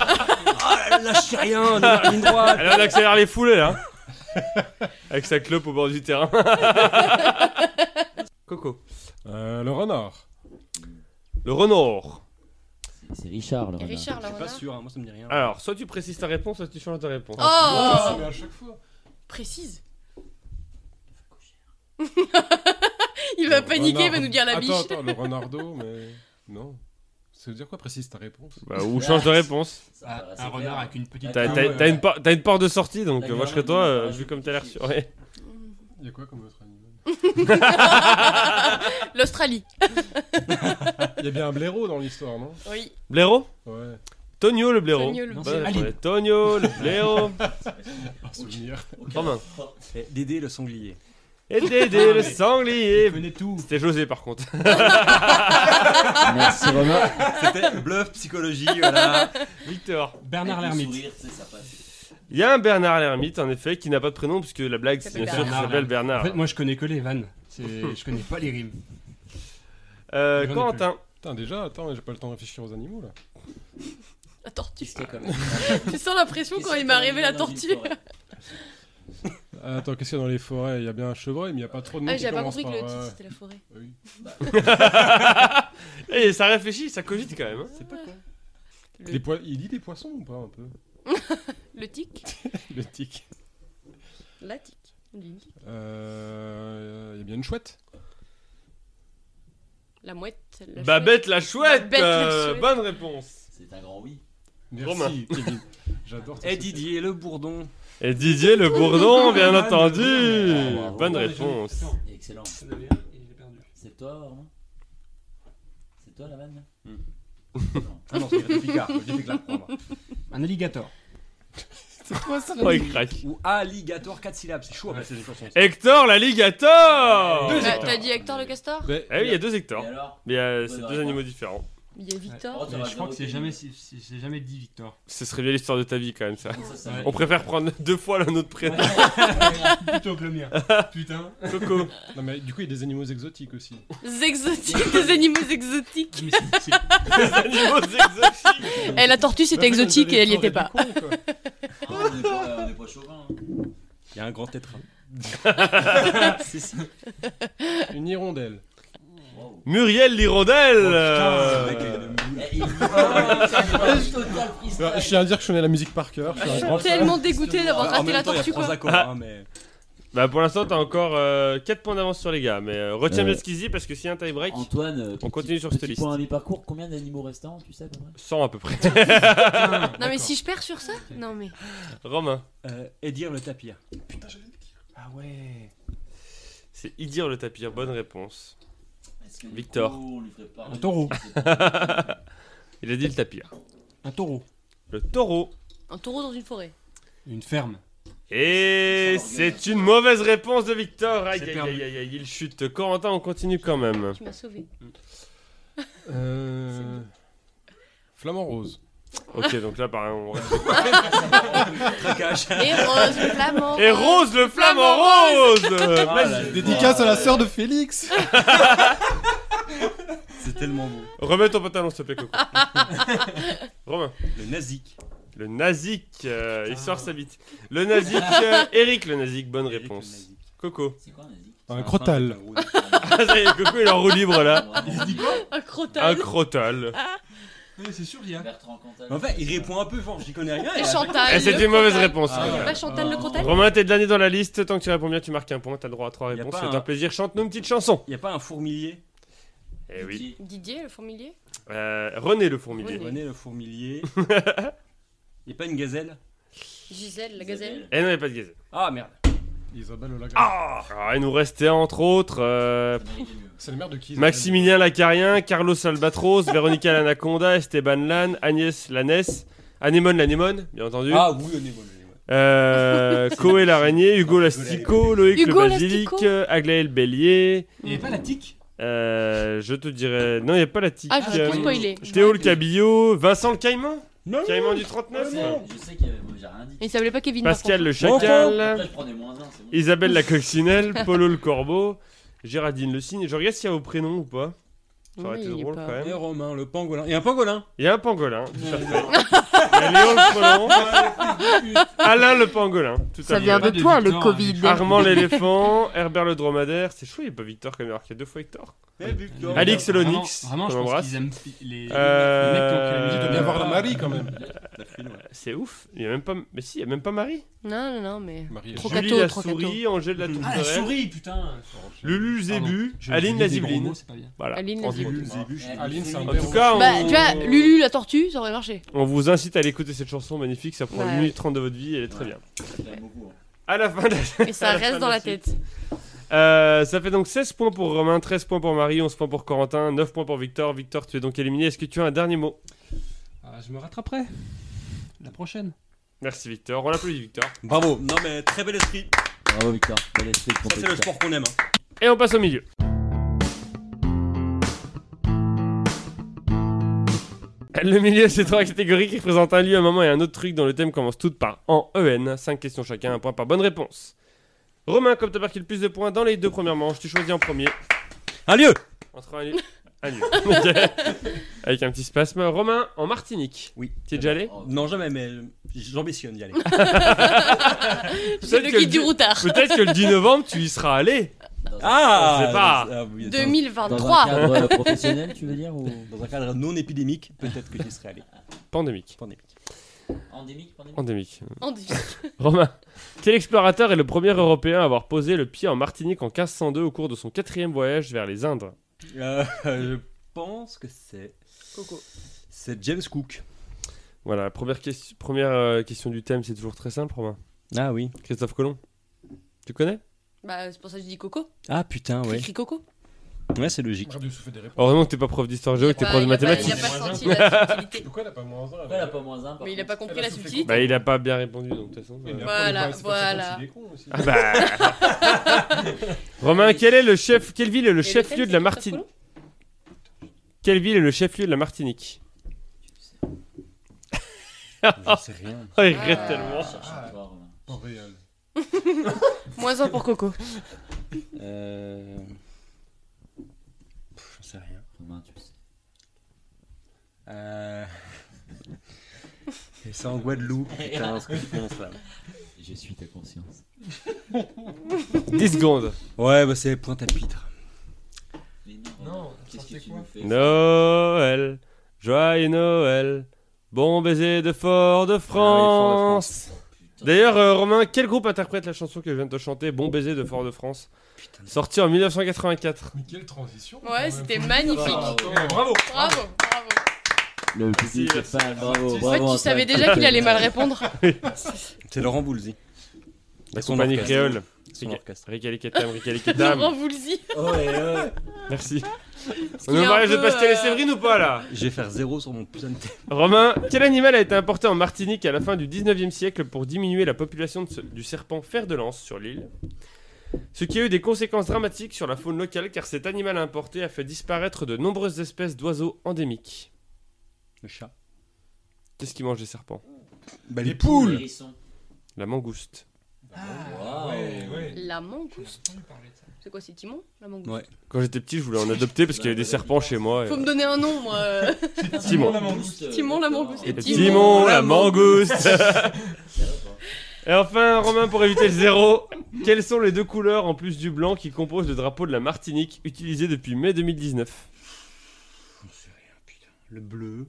D: Ah, Lâchez rien, de la ligne droite
A: Alors on accélère les foulées là. hein. Avec sa clope au bord du terrain. Coco.
E: Euh, le renard.
A: Le renard.
G: C'est Richard, le
B: Et
G: renard.
B: Richard
D: Je
B: là,
D: suis pas
B: voilà.
D: sûr, hein, moi ça me dit rien.
A: Alors, soit tu précises ta réponse, soit tu changes ta réponse.
B: Oh
E: Ah, mais à chaque fois.
B: Précise. il va
E: Le
B: paniquer, il va
E: renard-
B: nous dire la biche.
E: Attends, attends, le renardo, mais. Non. Ça veut dire quoi précise ta réponse
A: Bah, ou change de réponse.
F: Ça
H: Ah,
F: paraissait
H: un
F: clair.
H: renard avec une petite.
A: T'as
H: queue,
A: t'as-
H: euh,
A: t'as une, por- t'as une porte de sortie, donc
F: La
A: euh, moi je
F: grand-mère
A: serais toi,
F: qui
A: euh,
F: m'a pas
A: vu comme t'as l'air sûr.
F: raconté.
A: Ouais.
E: Il y a quoi comme autre animal
B: L'Australie.
E: Il y a bien un blaireau dans l'histoire, non
B: Oui.
A: Blaireau
E: Ouais.
A: Tonio le blaireau.
B: Tonio le
A: Bonne
B: blaireau.
A: réponse. Tonio le blaireau.
E: Un souvenir.
A: Romain.
D: Et Dédé le sanglier.
A: Et Dédé le sanglier.
C: Venez tout.
A: C'était José par contre.
G: Merci Romain.
D: C'était bluff psychologie, voilà.
A: Victor.
H: Bernard
F: Avec le
H: Lermite.
F: sourire, tu sais, ça passe.
A: Il y a un Bernard l'ermite en effet qui n'a pas de prénom puisque la blague c'est
B: s'appelle
A: bien sûr qu'il
H: Bernard.
A: s'appelle Bernard.
H: En fait, moi, je connais que les vannes. C'est- Je connais pas les rimes.
A: Euh,
H: j'en ai
A: Corentin.
E: Putain, déjà, attends, j'ai pas le temps de réfléchir aux animaux là.
B: La tortue.
F: Qu'est-ce qu'il y a
B: Tu sens l'impression quand il m'est arrivé la tortue.
E: Ah, attends, qu'est-ce qu'il y a dans les forêts Il y a bien un chevreuil, mais il y a pas trop de noms
B: Ah,
E: qui
B: j'avais pas
E: commencent
B: compris que le titre
E: par, euh,
B: c'était la forêt.
E: oui.
A: Et Eh, ça réfléchit, ça cogite quand même. hein.
B: Le,
E: Les poi- Il lit des poissons ou pas un peu
B: le tic
E: Le tic.
B: La tic. On dit une tic.
E: Euh, Il y a bien une chouette.
B: La mouette. La
A: Babette la chouette.
B: Babette la
A: euh,
B: chouette.
A: Bonne réponse.
F: C'est un grand oui.
E: Merci,
A: Romain.
E: Kevin. J'adore ton
D: Et
E: secret.
D: Didier le bourdon.
A: Et Didier le bourdon bien entendu.
F: bravo.
A: Bonne
F: Ah, Non, mais
A: réponse.
F: Excellent. C'est toi, Romain C'est toi la vanne là Non.
D: Ah non, c'est le Picard, le Picard pour moi.
H: Un alligator.
A: Oh il craque.
D: Ou alligator 4 syllabes, c'est chaud à passer des chansons.
A: Hector l'alligator.
B: chouette. Bah, T'as dit Hector le castor
E: Mais-
A: Eh oui, il y a deux Hector.
F: Et alors
A: Mais euh, c'est
F: Bonne
A: deux
F: réponse.
A: animaux différents.
B: Il y a Victor.
F: Oh, ça va,
H: je crois que c'est
F: zéro
H: jamais, si-
F: Kevin.
H: si- c'est jamais dit Victor.
A: Ce serait bien l'histoire de ta vie quand même ça.
F: Ça, ça
H: Ouais.
F: va.
A: On préfère prendre deux fois le notre prénom.
H: Plutôt que le mien. Putain.
A: Coco.
E: Non, mais du coup, il y a des animaux exotiques aussi.
B: Des exotiques, des animaux exotiques.
H: Mais c'est- c'est-
A: Animaux exotiques.
B: Eh, la tortue
E: Bah,
B: c'était exotique et elle y était pas.
F: Ah, on est pas- on est pas chauvin. hein.
D: Il y a un grand tétra. c'est ça.
E: Une hirondelle.
F: Wow.
A: Muriel l'hirondelle. euh,
F: Eh, il- Ah, c'est un total freestyle.
E: Alors, Euh, je tiens à dire que je connais la musique par cœur. Je suis un grand fan.
B: Tellement dégoûté d'avoir
D: Alors, en
B: raté
D: même
B: la
D: temps, il y a
B: tortue
D: trois
B: quoi.
D: accords, hein, mais...
A: Bah pour l'instant t'as encore 4 points d'avance sur les gars, mais euh, retiens
G: Euh.
A: bien ce qu'ils disent parce que s'il y a un tie break,
F: Antoine, euh, petit-
A: continue sur
F: petit
A: cette
F: point à mi-parcours, combien d'animaux restants, tu sais à peu près
A: 100 à peu près.
B: Non mais si je perds sur ça Non mais.
A: Romain,
D: Euh, Edir le tapir.
H: Ah ouais.
A: c'est Idir le tapir, bonne réponse.
F: Est-ce que du
A: Victor.
F: coup, on lui ferait pas
H: Un taureau.
A: Il a dit le tapir.
H: Un taureau.
A: Le taureau.
B: Un taureau dans une forêt.
H: Une ferme.
A: Et c'est une mauvaise réponse de Victor. Aïe
H: C'est
A: aïe
H: perdu.
A: aïe aïe, aïe, il chute. Corentin, on continue quand même.
B: Tu m'as sauvé.
E: Euh, Flamand rose.
A: Ok, donc là par on reste-
D: Traquage.
B: Et rose, flamand.
A: Et Rose le flamant rose Euh,
D: Ah
A: vas-y.
D: là là.
C: Dédicace à la sœur de Félix.
D: C'est tellement beau.
A: Remets ton pantalon s'il te plaît, Coco. Romain.
D: Le nazik.
A: Le nazik, euh, il sort sa bite. Le nazik, euh, Eric le nazik, bonne
D: Ah. Eric le
A: réponse.
D: nazik.
A: Coco.
F: C'est quoi un nazi
E: Un crotal.
A: Ah, ça y est, Coco il est en roue libre
F: Ah,
A: là.
B: Un
A: Un
B: crotal.
A: crotal.
H: c'est sûr, il y a.
F: Bertrand Cantal.
D: En fait, il répond un peu, genre, j'y connais rien.
B: Et
D: Ah, il a-
B: Chantal.
A: Eh, c'est
B: le
A: une mauvaise
B: crotal.
A: réponse.
D: Ah,
B: Il y a
D: ouais.
B: Pas Chantal le crotal
A: Romain, t'es de l'année dans la liste. Tant que tu réponds bien, tu marques un point. T'as le droit à trois
D: Y a
A: réponses.
D: pas
A: C'est
D: un-
A: un plaisir. Chante-nous une petite chanson.
D: Il n'y a pas un fourmilier
A: Eh oui.
B: Didier, le fourmilier
A: Euh, René le fourmilier.
B: René.
D: René le fourmilier. Il n'y a pas une gazelle
B: Gisèle, la gazelle.
A: Eh non, y a pas de gazelle.
D: Ah merde.
E: Isabelle Olaga.
A: Ah, il nous restait entre autres euh,
E: C'est le maire de qui Isabelle
A: Maximilien Lacarien, Carlos Albatros, Véronica l'anaconda, Esteban Lan, Agnès Lanès, Anémone l'anémone, bien entendu.
D: Ah oui, on est bon. on est bon.
A: Euh, Coé l'araignée, Hugo l'astico, Loïc
B: Hugo
A: le basilic,
B: l'astico.
A: euh, Aglaé le bélier.
H: Il n'y avait pas la tique
A: euh, je te dirais. Non, il n'y a pas la tique.
B: Ah, je
A: euh,
B: vais spoiler.
A: Théo le cabillaud, Vincent le caïman
D: Non,
A: Caïman du 39
F: Je sais qu'il y avait. moi, J'ai rien dit.
B: Il s'appelait pas Kevin. par
A: Pascal le
F: Après,
A: chacal,
F: je prends des moins 1, c'est bon.
A: Isabelle la coccinelle, Polo le corbeau, Géraldine le cygne. Je regarde s'il y a vos prénoms ou pas. Ça aurait
B: Oui,
A: été
B: il est
A: drôle
B: pas-
A: quand
D: Et
A: même.
D: Romain, le pangolin. Il y a un pangolin
A: Il y a un pangolin, tout à fait. Il y a Léon le frelon. Alain le pangolin, tout à
B: Ça
A: fait.
B: vient de
H: de
B: toi le
H: Victor,
B: Covid.
A: Armand l'éléphant, Herbert le dromadaire. C'est chouette, il n'y a pas Victor quand même, alors qu'il y a deux fois Hector.
D: Eh,
A: Alix
H: Vraiment-
A: Lonix,
H: Vraiment,
A: qu'on
H: je pense
A: embrasse.
H: qu'ils aiment les,
A: Euh,
H: les mecs qui ont créé la musique
E: Il
H: de
E: doit bien voir la Marie quand même.
D: La fille, ouais.
A: C'est ouf, il y a même pas. Mais si, il y a même pas Marie.
B: Non, non, non, mais.
E: Marie.
B: Trop
A: Julie
B: gâteau,
A: la
B: trop
A: souris, Angèle la
H: Ah, la
A: tourterelle,
H: souris, putain
A: Lulu
H: Pardon,
A: Zébu,
H: Je- je
A: Aline
H: dis
A: la
H: des gros
A: zibeline.
H: mots, c'est pas bien.
A: Voilà.
B: Aline la
A: entre
B: zibeline.
A: autres.
F: Eh,
E: Aline, c'est un
A: En
E: blaireau.
A: tout cas, on...
B: Bah, tu vois, Lulu la tortue, ça aurait marché.
A: on vous incite à aller écouter cette chanson magnifique. Ça prend
B: Ouais.
A: 1 minute 30 de votre vie, elle est très
F: Ouais.
A: bien.
F: Je l'aime beaucoup, hein.
A: À la fin de
B: Et ça
A: À la fin
B: reste dans
A: de
B: la
A: ce-
B: tête.
A: Euh, ça fait donc 16 points pour Romain, 13 points pour Marie, 11 points pour Corentin, 9 points pour Victor. Victor, tu es donc éliminé. Est-ce que tu as un dernier mot
H: Ah, je me rattraperai. La prochaine.
A: Merci Victor. On l'applaudit Victor.
D: Bravo. Non, mais très bel esprit.
G: Bravo Victor, bel esprit de
D: Ça, c'est le
G: compétiteur.
D: sport qu'on aime. hein.
A: Et on passe au milieu. Le milieu, c'est trois catégories qui représentent un lieu, un moment et un autre truc dont le thème commence toutes par en EN. Cinq questions chacun, un point par bonne réponse. Romain, comme t'as marqué le plus de points dans les deux premières manches, tu choisis en premier.
D: Un lieu.
A: Entre un lieu. Un lieu. Ok. Avec un petit spasme. Romain, en Martinique.
D: Oui.
A: T'y es déjà allé
G: Oh,
D: Non, jamais, mais j'ambitionne d'y aller.
A: Peut-être
B: C'est le
A: que
B: guide
A: le di-
B: du routard.
A: Peut-être que le 10 novembre, tu y seras allé.
G: dans un-
D: Ah
A: On sait pas.
D: dans- ah oui, dans-
G: Dans un
B: 2023.
G: cadre euh, professionnel, tu veux dire ou...
D: Dans un cadre non épidémique, peut-être que j'y serais allé.
A: Pandémique.
D: Pandémique.
F: Endémique, pandémique.
A: Pandémique.
B: En dix-
A: Romain, quel explorateur est le premier Européen à avoir posé le pied en Martinique en 1502 au cours de son quatrième voyage vers les Indes
D: Euh, je pense que c'est.
B: Coco.
D: C'est James Cook.
A: Voilà, la première, question- première euh, question du thème, c'est toujours très simple, Romain.
D: Ah oui.
A: Christophe Colomb, tu connais
B: Bah, c'est pour ça que je dis Coco.
D: Ah putain,
B: J'écris
D: ouais.
B: Coco.
D: Ouais, c'est logique.
E: J'aurais dû souffler des réponses.
A: Heureusement Oh, que t'es pas prof d'histoire géo, que t'es
B: Bah,
A: prof de
B: il a pas-
A: mathématiques.
B: Il a pas senti la subtilité.
E: Pourquoi elle a pas moins un
F: Pourquoi elle a pas moins un par
B: Mais il a pas
F: contre
B: compris la
E: Elle a soufflé
B: subtilité.
A: Bah, il a pas bien répondu, donc de toute façon.
E: Oui, mais
A: euh,
E: après,
B: Voilà,
E: on est pas- c'est pas ça
B: voilà.
E: quand il est
A: Ah
E: con aussi.
A: bah Romain, quel est le chef Quelle ville est le
B: Et
A: chef-lieu
B: lequel,
A: de la
B: c'est
A: Martinique
B: Christophe
A: Quelle ville est le chef-lieu de la Martinique
D: J'en sais rien.
A: Oh, il regrette
B: Ah.
A: tellement.
F: Cherche un peu, Romain.
E: Pas réel.
B: Colomb Moins un pour Coco.
D: Euh. Pff, J'en sais rien.
F: Romain, tu le sais.
D: Euh. Et c'est en Guadeloupe, putain, ce que je pense là.
F: Je suis ta conscience.
B: Ah.
A: 10 secondes.
D: Ouais, bah c'est Pointe-à-Pitre.
F: Mais non,
H: Non,
F: Romain,
H: ça
F: qu'est-ce que
H: fait
F: tu
H: quoi
F: nous fais
A: Noël, joyeux Noël, bon baiser de Fort de
D: Ah
A: France.
F: Putain.
A: D'ailleurs, euh, Romain, quel groupe interprète la chanson que je viens de te chanter, Bon baiser de Fort de France
D: Putain.
A: Sortie en 1984.
E: Mais quelle transition quand
B: Ouais,
E: même.
B: c'était
E: Faut-
B: magnifique.
E: Ouais, Eh, Bravo
B: Bravo, bravo.
G: Le public est
A: merci.
G: fan, bravo,
B: En
G: bravo.
B: fait, tu savais déjà qu'il allait mal répondre.
D: C'est Laurent Boulzy.
A: La
D: Son
A: compagnie
D: orchestre.
A: créole.
D: Son
A: Ok.
D: orchestre.
A: Ricalicatam,
B: Laurent
A: Ricalicatam.
B: Voulzy.
F: Oh, et, euh,
A: Merci. On
B: qu'il
A: est au
B: est un
A: mariage de
B: peu,
A: Pascal et
B: euh,
A: Séverine ou pas là
D: Je vais faire zéro sur mon putain de thème.
A: Romain, quel animal a été importé en Martinique à la fin du 19e siècle pour diminuer la population de ce- du serpent fer de lance sur l'île Ce qui a eu des conséquences dramatiques sur la faune locale car cet animal importé a fait disparaître de nombreuses espèces d'oiseaux endémiques.
D: Le chat.
A: Qu'est-ce qui mange les serpents
D: Bah,
E: Les poules
F: Hérisson.
A: La mangouste.
F: Waouh.
H: ouais, ouais.
B: La mangouste.
H: J'ai entendu parler de ça.
B: C'est quoi, c'est Timon La mangouste.
D: Ouais.
A: Quand j'étais petit, je voulais en adopter parce qu'il y avait des serpents chez moi. euh, et-
B: Faut me donner un nom, moi. Euh,
A: Timon.
F: la mangouste.
B: Timon, la
F: Exactement.
B: mangouste.
A: Et
B: Timon,
A: Timon, la
D: la
A: mangouste
F: Ça va pas
A: Et enfin, Romain, pour éviter le zéro, quelles sont les deux couleurs en plus du blanc qui composent le drapeau de la Martinique utilisé depuis mai 2019
D: J'en sais rien, putain. Le bleu.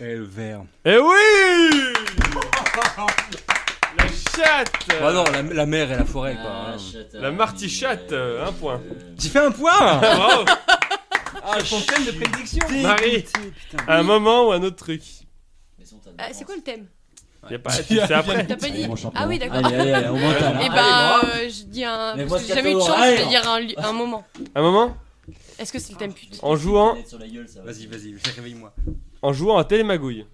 D: Et le vert.
A: Eh oui La chatte
D: Ah non, la, la mer et la forêt, quoi.
F: Ah,
D: hein.
F: chatte,
A: La
F: ah,
A: martichate,
F: mais,
A: euh, un point.
F: euh,
D: J'y fais un point
A: Bravo
D: Ah, je suis
H: de prédiction.
D: dégoûté,
A: Marie.
D: putain.
A: Un moment ou un autre truc
F: mais sont en
B: Ah, c'est quoi le thème
A: y a pas, C'est après.
B: T'as pas dit
G: Mon champion.
B: Ah oui, d'accord.
G: Allez, allez, allez, on monte là.
B: Eh
G: Allez,
B: ben,
G: bravo.
B: euh, je dis un.
F: Mais
B: Parce que j'ai
F: moi,
B: jamais eu de
F: Scato,
B: chance
F: allez.
B: de dire un, li- un moment.
A: Un moment
B: Est-ce que c'est le thème pute
A: En jouant,
F: Net sur la gueule, ça va.
D: Vas-y, vas-y, réveille-moi.
A: en jouant à Télémagouille.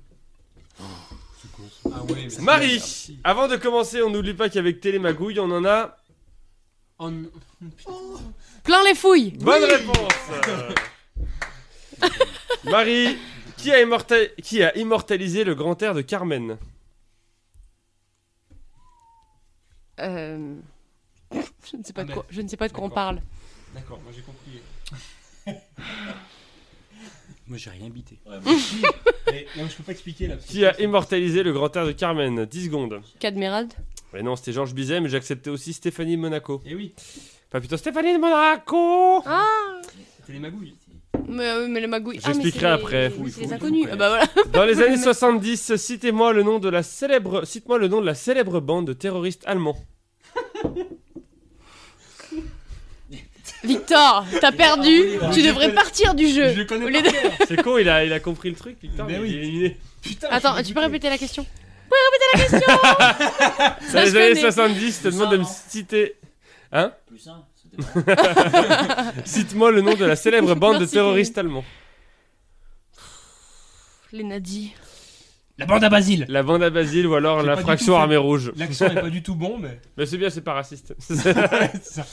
H: Ah ouais, mais c'est-
A: Marie Avant de commencer, on n'oublie pas qu'avec Télémagouille, on en a...
D: Oh,
H: En-
B: Plein les fouilles
A: Bonne réponse Euh, Marie, qui a, immorta- qui a immortalisé le grand air de Carmen
B: Euh, Je ne sais pas de
H: Ah,
B: quoi, je ne sais pas de quoi on
H: D'accord.
B: parle.
H: D'accord, moi j'ai compris.
D: Moi, j'ai rien bité.
F: Ouais, moi,
H: Mais, non, mais je peux pas expliquer là. parce que-
A: Qui a immortalisé le grand air de Carmen 10 secondes.
B: Cadmérald
A: Mais non, c'était Georges Bizet, mais j'acceptais aussi Stéphanie de Monaco.
H: Eh oui,
A: Enfin plutôt Stéphanie de Monaco
H: c'était les magouilles.
B: mais, euh, mais le magouille. Ah, mais
A: J'expliquerai
B: c'est les-
A: après.
B: oui, C'est les inconnus. Ah, bah voilà.
A: Dans les années 70, citez-moi le nom de la célèbre, cite-moi le nom de la célèbre bande de terroristes allemands.
B: Victor, t'as perdu. tu devrais partir du jeu.
H: Je connais
B: Au
H: pas.
B: lieu de-
A: C'est con, il a, il a compris le truc, Victor.
H: Mais
A: il
H: oui.
A: est éliminé.
H: Putain,
B: Attends, tu peux répéter la question
A: Dans
B: Ça,
A: les
B: je
A: années
B: connais.
A: 70, je te demande de me citer Hein
F: Plus un, c'était pas mal.
A: Cite-moi le nom de la célèbre bande de
B: Merci,
A: terroristes allemands.
B: Les nazis.
C: La bande à Basile
A: La bande à Basile ou alors
C: J'ai
A: la
C: pas du
A: fraction
C: tout fait-
A: armée rouge.
C: L'accent est pas du tout bon, mais.
A: Mais c'est bien, c'est pas raciste.
C: Ça.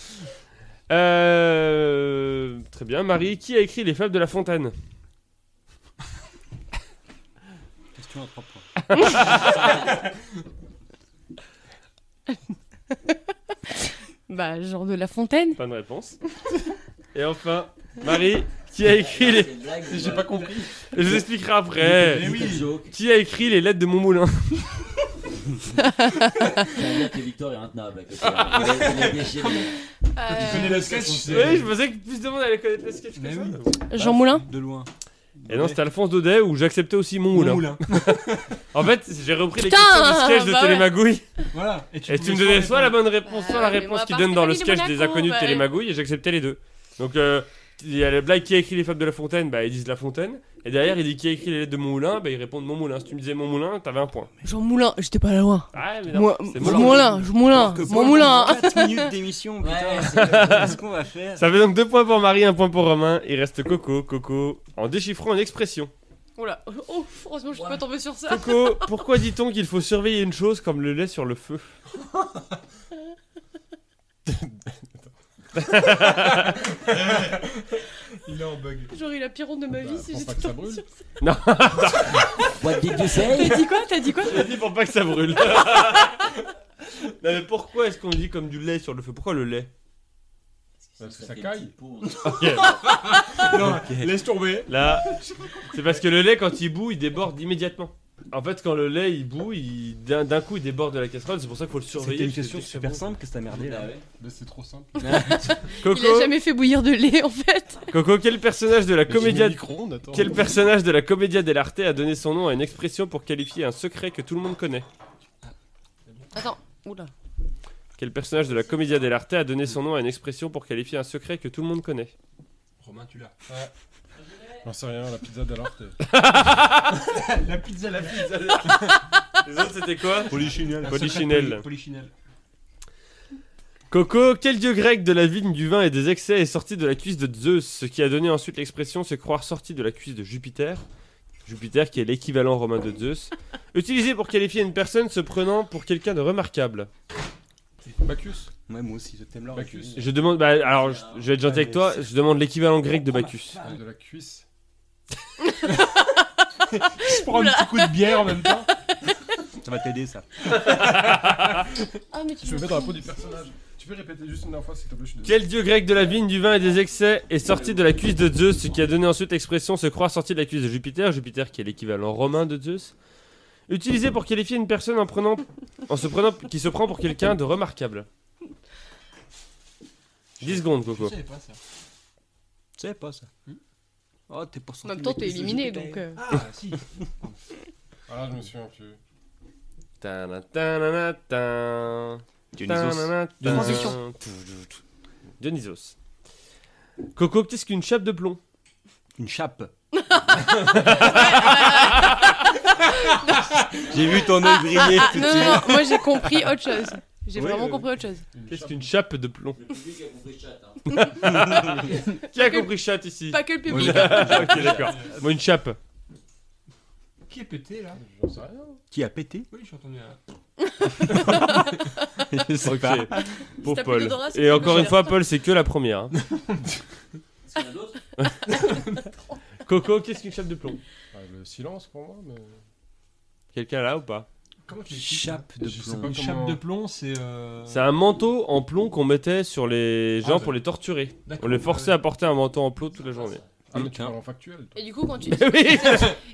A: Euh, Très bien. Marie, qui a écrit Les Fables de la Fontaine
D: Question à trois points.
B: Bah, genre de La Fontaine.
A: Pas de réponse. Et enfin, Marie, qui a écrit les.
F: C'est une blague,
D: J'ai
F: mais
D: pas compris.
A: Je vous expliquerai après.
C: Mais oui.
F: c'est une joke.
A: Qui a écrit les lettres de mon moulin
F: Ça veut dire que Victor est intenable. avec le soir. Il est- il est déchiré.
B: Euh,
C: Tu connais le sketch
A: Oui,
C: c'est-
A: je pensais que plus de monde allait connaître le sketch que
C: Mais
A: ça.
C: oui.
B: Jean Moulin.
D: De loin.
A: Et non, c'était Alphonse Daudet où j'acceptais aussi mon
C: Mon
A: moulin.
C: moulin.
A: En fait, j'ai repris les
B: Putain,
A: questions du sketch de
B: bah ouais.
A: Télémagouille.
C: Voilà.
A: Et tu
C: pouvais
A: me donnais
C: répondre.
A: soit la bonne réponse,
B: Bah,
A: soit la
B: mais
A: réponse
B: moi,
A: qu'ils
B: parce
A: donnent
B: que
A: dans
B: t'as
A: le
B: mis les
A: sketch des
B: Monaco,
A: inconnus de
B: bah,
A: Télémagouille et j'acceptais les deux. Donc euh, il y a le blague qui a écrit les fables de La Fontaine, bah ils disent La Fontaine. Et derrière il dit qui a écrit les lettres de Mon Moulin, bah ils répondent Mon Moulin. Si tu me disais Mon Moulin, t'avais un point.
B: Jean Moulin, j'étais pas là loin.
A: Ah mais non,
B: Moi,
A: c'est
B: Jean
A: Moulin.
B: Moulin, Jean Moulin, mon Moulin. hein.
D: 4 minutes d'émission,
F: Ouais,
D: putain.
F: c'est-
D: Qu'est-ce qu'on va faire
A: Ça fait donc deux points pour Marie, un point pour Romain. Il reste Coco, Coco. En déchiffrant une expression.
B: Oula, oh, heureusement, je suis pas
F: Ouais.
B: tombée sur ça.
A: Coco, pourquoi dit-on qu'il faut surveiller une chose comme le lait sur le feu
C: Il est en bug.
B: J'aurais eu la pire honte de ma vie
E: Bah,
B: si
E: pour
B: j'étais
E: pas que ça
B: tombée
E: brûle.
B: sur ça.
G: What did you say
B: T'as dit quoi T'as dit quoi
A: T'as dit pour pas que ça brûle. non mais pourquoi est-ce qu'on dit comme du lait sur le feu Pourquoi le lait
E: Parce que
F: fait
E: ça
F: une
E: caille.
F: petite pause.
C: Non, laisse tomber.
A: Là, c'est parce que le lait, quand il bout, il déborde immédiatement. En fait, quand le lait, il bout, il... d'un d'un coup, il déborde de la casserole. C'est pour ça qu'il faut le surveiller.
D: C'était une
A: parce que
D: question
A: c'est
D: super
A: bon.
D: simple que ça merdé
F: Bah
D: là.
F: ouais.
E: Mais c'est trop simple.
B: Il a
A: Coco,
B: jamais fait bouillir de lait en fait.
A: Coco, quel personnage de la comédia...
E: micro attends.
A: Quel personnage de la comédia dell'arte a donné son nom à une expression pour qualifier un secret que tout le monde connaît
B: Attends, oula.
A: Quel personnage de la comédia dell'arte a donné son nom à une expression pour qualifier un secret que tout le monde connaît
C: Romain, tu l'as.
E: J'en sais rien, la pizza d'alerte.
C: La pizza, la pizza.
A: Les autres, c'était quoi
C: Polichinelle.
A: Polichinelle.
C: Polichinelle.
A: Coco, quel dieu grec de la vigne, du vin et des excès est sorti de la cuisse de Zeus, ce qui a donné ensuite l'expression se croire sorti de la cuisse de Jupiter Jupiter qui est l'équivalent romain de Zeus, utilisé pour qualifier une personne se prenant pour quelqu'un de remarquable.
E: Bacchus.
D: Ouais, moi aussi, je t'aime là.
E: Bacchus.
A: Je demande, bah, alors je, je vais être gentil avec toi, je demande l'équivalent grec de Bacchus.
E: Ah, De la cuisse.
C: Je prends un petit coup de bière en même temps.
D: Ça va t'aider ça.
B: Ah, mais tu
E: Je me mets dans la peau du personnage. Tu peux répéter juste une dernière fois s'il te plaît, je suis désolé.
A: Quel dieu grec de la vigne, du vin et des excès est sorti de la cuisse de Zeus, ce qui a donné ensuite l'expression se croire sorti de la cuisse de Jupiter, Jupiter qui est l'équivalent romain de Zeus, utilisé pour qualifier une personne en, prenant, en se prenant, qui se prend pour quelqu'un de remarquable. 10 secondes,
C: Je
A: Coco.
C: savais pas ça.
D: Tu sais pas ça. Oh, t'es pas sorti
B: En même temps,
D: de
B: t'es
D: la cuisse de
B: éliminé
D: Jupiter.
B: donc. euh,
C: Ah, si.
E: Ah là, je me souviens plus.
A: Tana, tanana, tan. Tanana, tan.
B: Transition.
A: Tou, tou, tou. Dionysos. Coco, qu'est-ce qu'une chape de plomb
D: Une chape. J'ai vu ton œil briller
B: Ah,
D: tout
B: non,
D: de
B: non, non,
D: suite.
B: moi j'ai compris autre chose. J'ai
D: Oui,
B: vraiment
D: oui,
B: compris autre chose.
A: Qu'est-ce qu'une chape de plomb
F: Le public a compris chat. Hein.
A: Qui a compris chat ici
B: Pas que le public.
A: Ok, d'accord. Moi, une chape.
C: Qui est pété là
E: J'en sais rien.
D: Qui a pété
C: Oui, j'ai entendu un.
D: Je sais
A: Ok.
D: pas.
A: Pour
B: t'as plus
A: Paul.
B: d'odorat, c'est
A: Et
B: que
A: encore
B: j'ai
A: une fois, Paul, c'est que la première. hein.
F: Est-ce qu'il y en a d'autres
A: Coco, qu'est-ce qu'une chape de plomb
E: Ah, le silence pour moi, mais.
A: Quelqu'un là ou pas
C: Comment tu l'expliques, ça
D: Chape de
E: Je sais
D: plomb.
E: pas.
C: Une chape
E: Comment-
C: de plomb, c'est. euh,
A: C'est un manteau en plomb qu'on mettait sur les gens
C: Ah,
A: pour les torturer.
C: d'accord,
A: On les forçait
H: euh,
A: à porter un manteau en plomb toute la journée.
E: Ah, mais tu
D: Putain.
E: parles en factuel. toi.
B: Et du coup, quand tu...
A: oui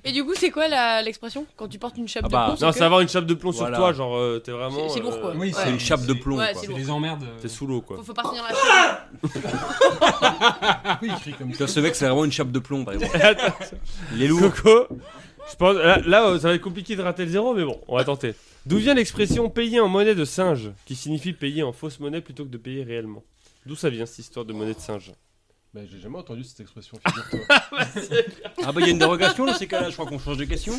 B: Et du coup, c'est quoi la- l'expression Quand tu portes une chape
D: Ah bah,
B: de plomb
A: Non,
B: c'est
A: c'est avoir une chape de plomb
D: Voilà.
A: sur toi, genre euh, t'es vraiment.
B: C'est- c'est lourd, quoi.
C: euh, Oui,
B: Ouais.
D: C'est une chape de
C: c'est-
D: plomb.
B: Ouais,
D: quoi.
B: c'est
C: C'est
B: lourd.
C: les emmerdes. euh,
A: T'es sous l'eau
B: que-
A: quoi.
B: Faut, faut pas tenir la chape.
E: Ah oui, il crie comme ça.
D: Putain, ce mec, c'est vraiment une chape de plomb, par exemple.
A: Attends,
D: Il est lourd.
A: Coco, je pense. Là, là, euh, ça va être compliqué de rater le zéro, mais bon, on va tenter. D'où vient l'expression payer en monnaie de singe qui signifie payer en fausse monnaie plutôt que de payer réellement D'où ça vient cette histoire de monnaie de singe
E: Mais j'ai jamais entendu cette expression, figure-toi.
D: Ah bah, il y a une dérogation dans ces cas-là. Je crois qu'on change de question.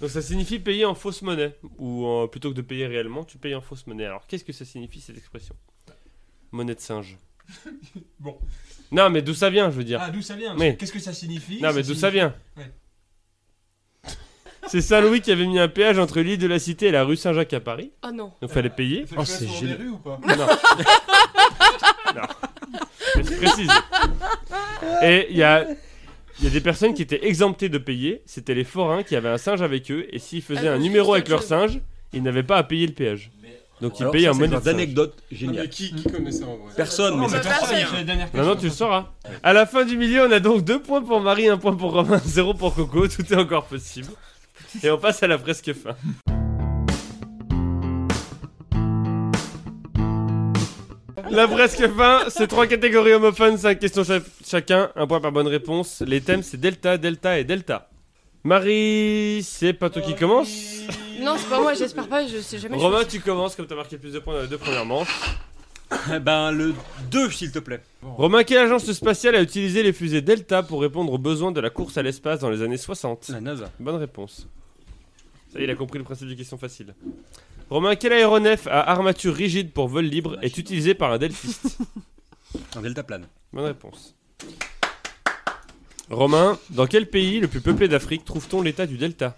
A: Donc ça signifie payer en fausse monnaie, ou en- plutôt que de payer réellement, tu payes en fausse monnaie. Alors qu'est-ce que ça signifie cette expression Monnaie de singe.
I: Bon.
A: Non, mais d'où ça vient, je veux dire.
I: Ah, d'où ça vient
A: Mais-
I: Qu'est-ce que ça signifie
A: non, mais d'où ça
I: signifie-
A: vient
I: Ouais.
A: C'est Saint-Louis qui avait mis un péage entre l'île de la Cité et la rue Saint-Jacques à Paris.
B: Oh non.
A: Donc fallait
I: Euh,
A: payer.
I: Fait le classement des rues ou pas
A: Non. non. Mais je précise. Et il y a, il y a des personnes qui étaient exemptées de payer. C'était les forains qui avaient un singe avec eux. Et s'ils faisaient
B: Ah,
A: un
B: juste
A: numéro
B: autre
A: avec leur
B: chose.
A: singe, ils n'avaient pas à payer le péage. Donc ils
D: Alors,
A: payaient
D: ça, Ah,
A: en
D: c'est
A: monnaie
D: genre
A: de singe.
D: d'anecdote
E: Non, mais
D: géniale.
E: qui, qui connaît ça en vrai
D: Personne, Oh, mais
I: Non,
D: ça
I: mais
B: pas
I: attends,
B: ça,
I: c'est
B: hein.
I: la dernière
A: Non, non,
I: question.
A: tu le sauras. À la fin du milieu, on a donc deux points pour Marie, un point pour Romain, zéro pour Coco. Tout est encore possible. Et on passe à la presque fin. La presque fin, c'est trois catégories homophones, cinq questions cha- chacun, un point par bonne réponse. Les thèmes, c'est Delta, Delta et Delta. Marie, c'est pas toi qui commence.
B: Non, c'est pas moi, j'espère pas, Euh, je sais jamais.
A: Romain, tu commences comme t'as marqué le plus de points dans les deux premières manches.
D: Eh Ben, le 2, s'il te plaît.
A: Romain, quelle agence spatiale a utilisé les fusées Delta pour répondre aux besoins de la course à l'espace dans les années 60
D: La NASA.
A: Bonne réponse. Ça y est, il a compris le principe des questions faciles. Romain, quel aéronef à armature rigide pour vol libre est utilisé par un delphiste
D: Un deltaplane.
A: Bonne réponse. Romain, dans quel pays le plus peuplé d'Afrique trouve-t-on l'état du delta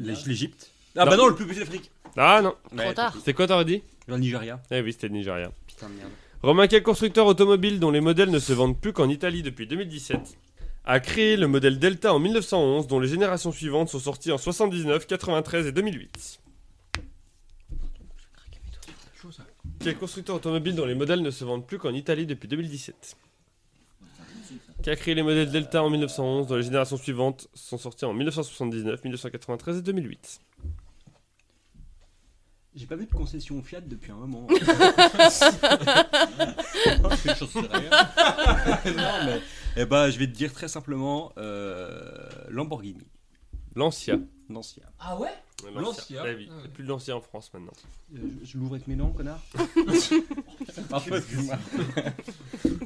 D: L'Ég- L'Égypte. Ah
A: Non.
D: bah non, le plus petit d'Afrique.
A: Ah non
D: Ouais,
B: tard.
D: tant pis.
A: C'est quoi t'aurais dit
D: Le Nigeria.
A: Eh oui, c'était le Nigeria.
D: Putain de merde.
A: Romain, quel constructeur automobile dont les modèles ne se vendent plus qu'en Italie depuis 2017 a créé le modèle Delta en 1911 dont les générations suivantes sont sorties en 79, 93 et 2008 Quel constructeur automobile dont les modèles ne se vendent plus qu'en Italie depuis 2017 Qui a créé les modèles Delta en 1911 dont les générations suivantes sont sorties en 1979, 1993 et 2008
D: J'ai pas vu de concession Fiat depuis un moment. une chose sérieuse. non, mais. Eh ben, je vais te dire très simplement euh, Lamborghini.
A: Lancia.
D: Lancia.
F: Ah ouais
A: Lancia. Eh oui, il n'y a plus de Lancia en France maintenant.
D: Euh, je je l'ouvre avec mes dents, connard. Pardon, excuse-moi.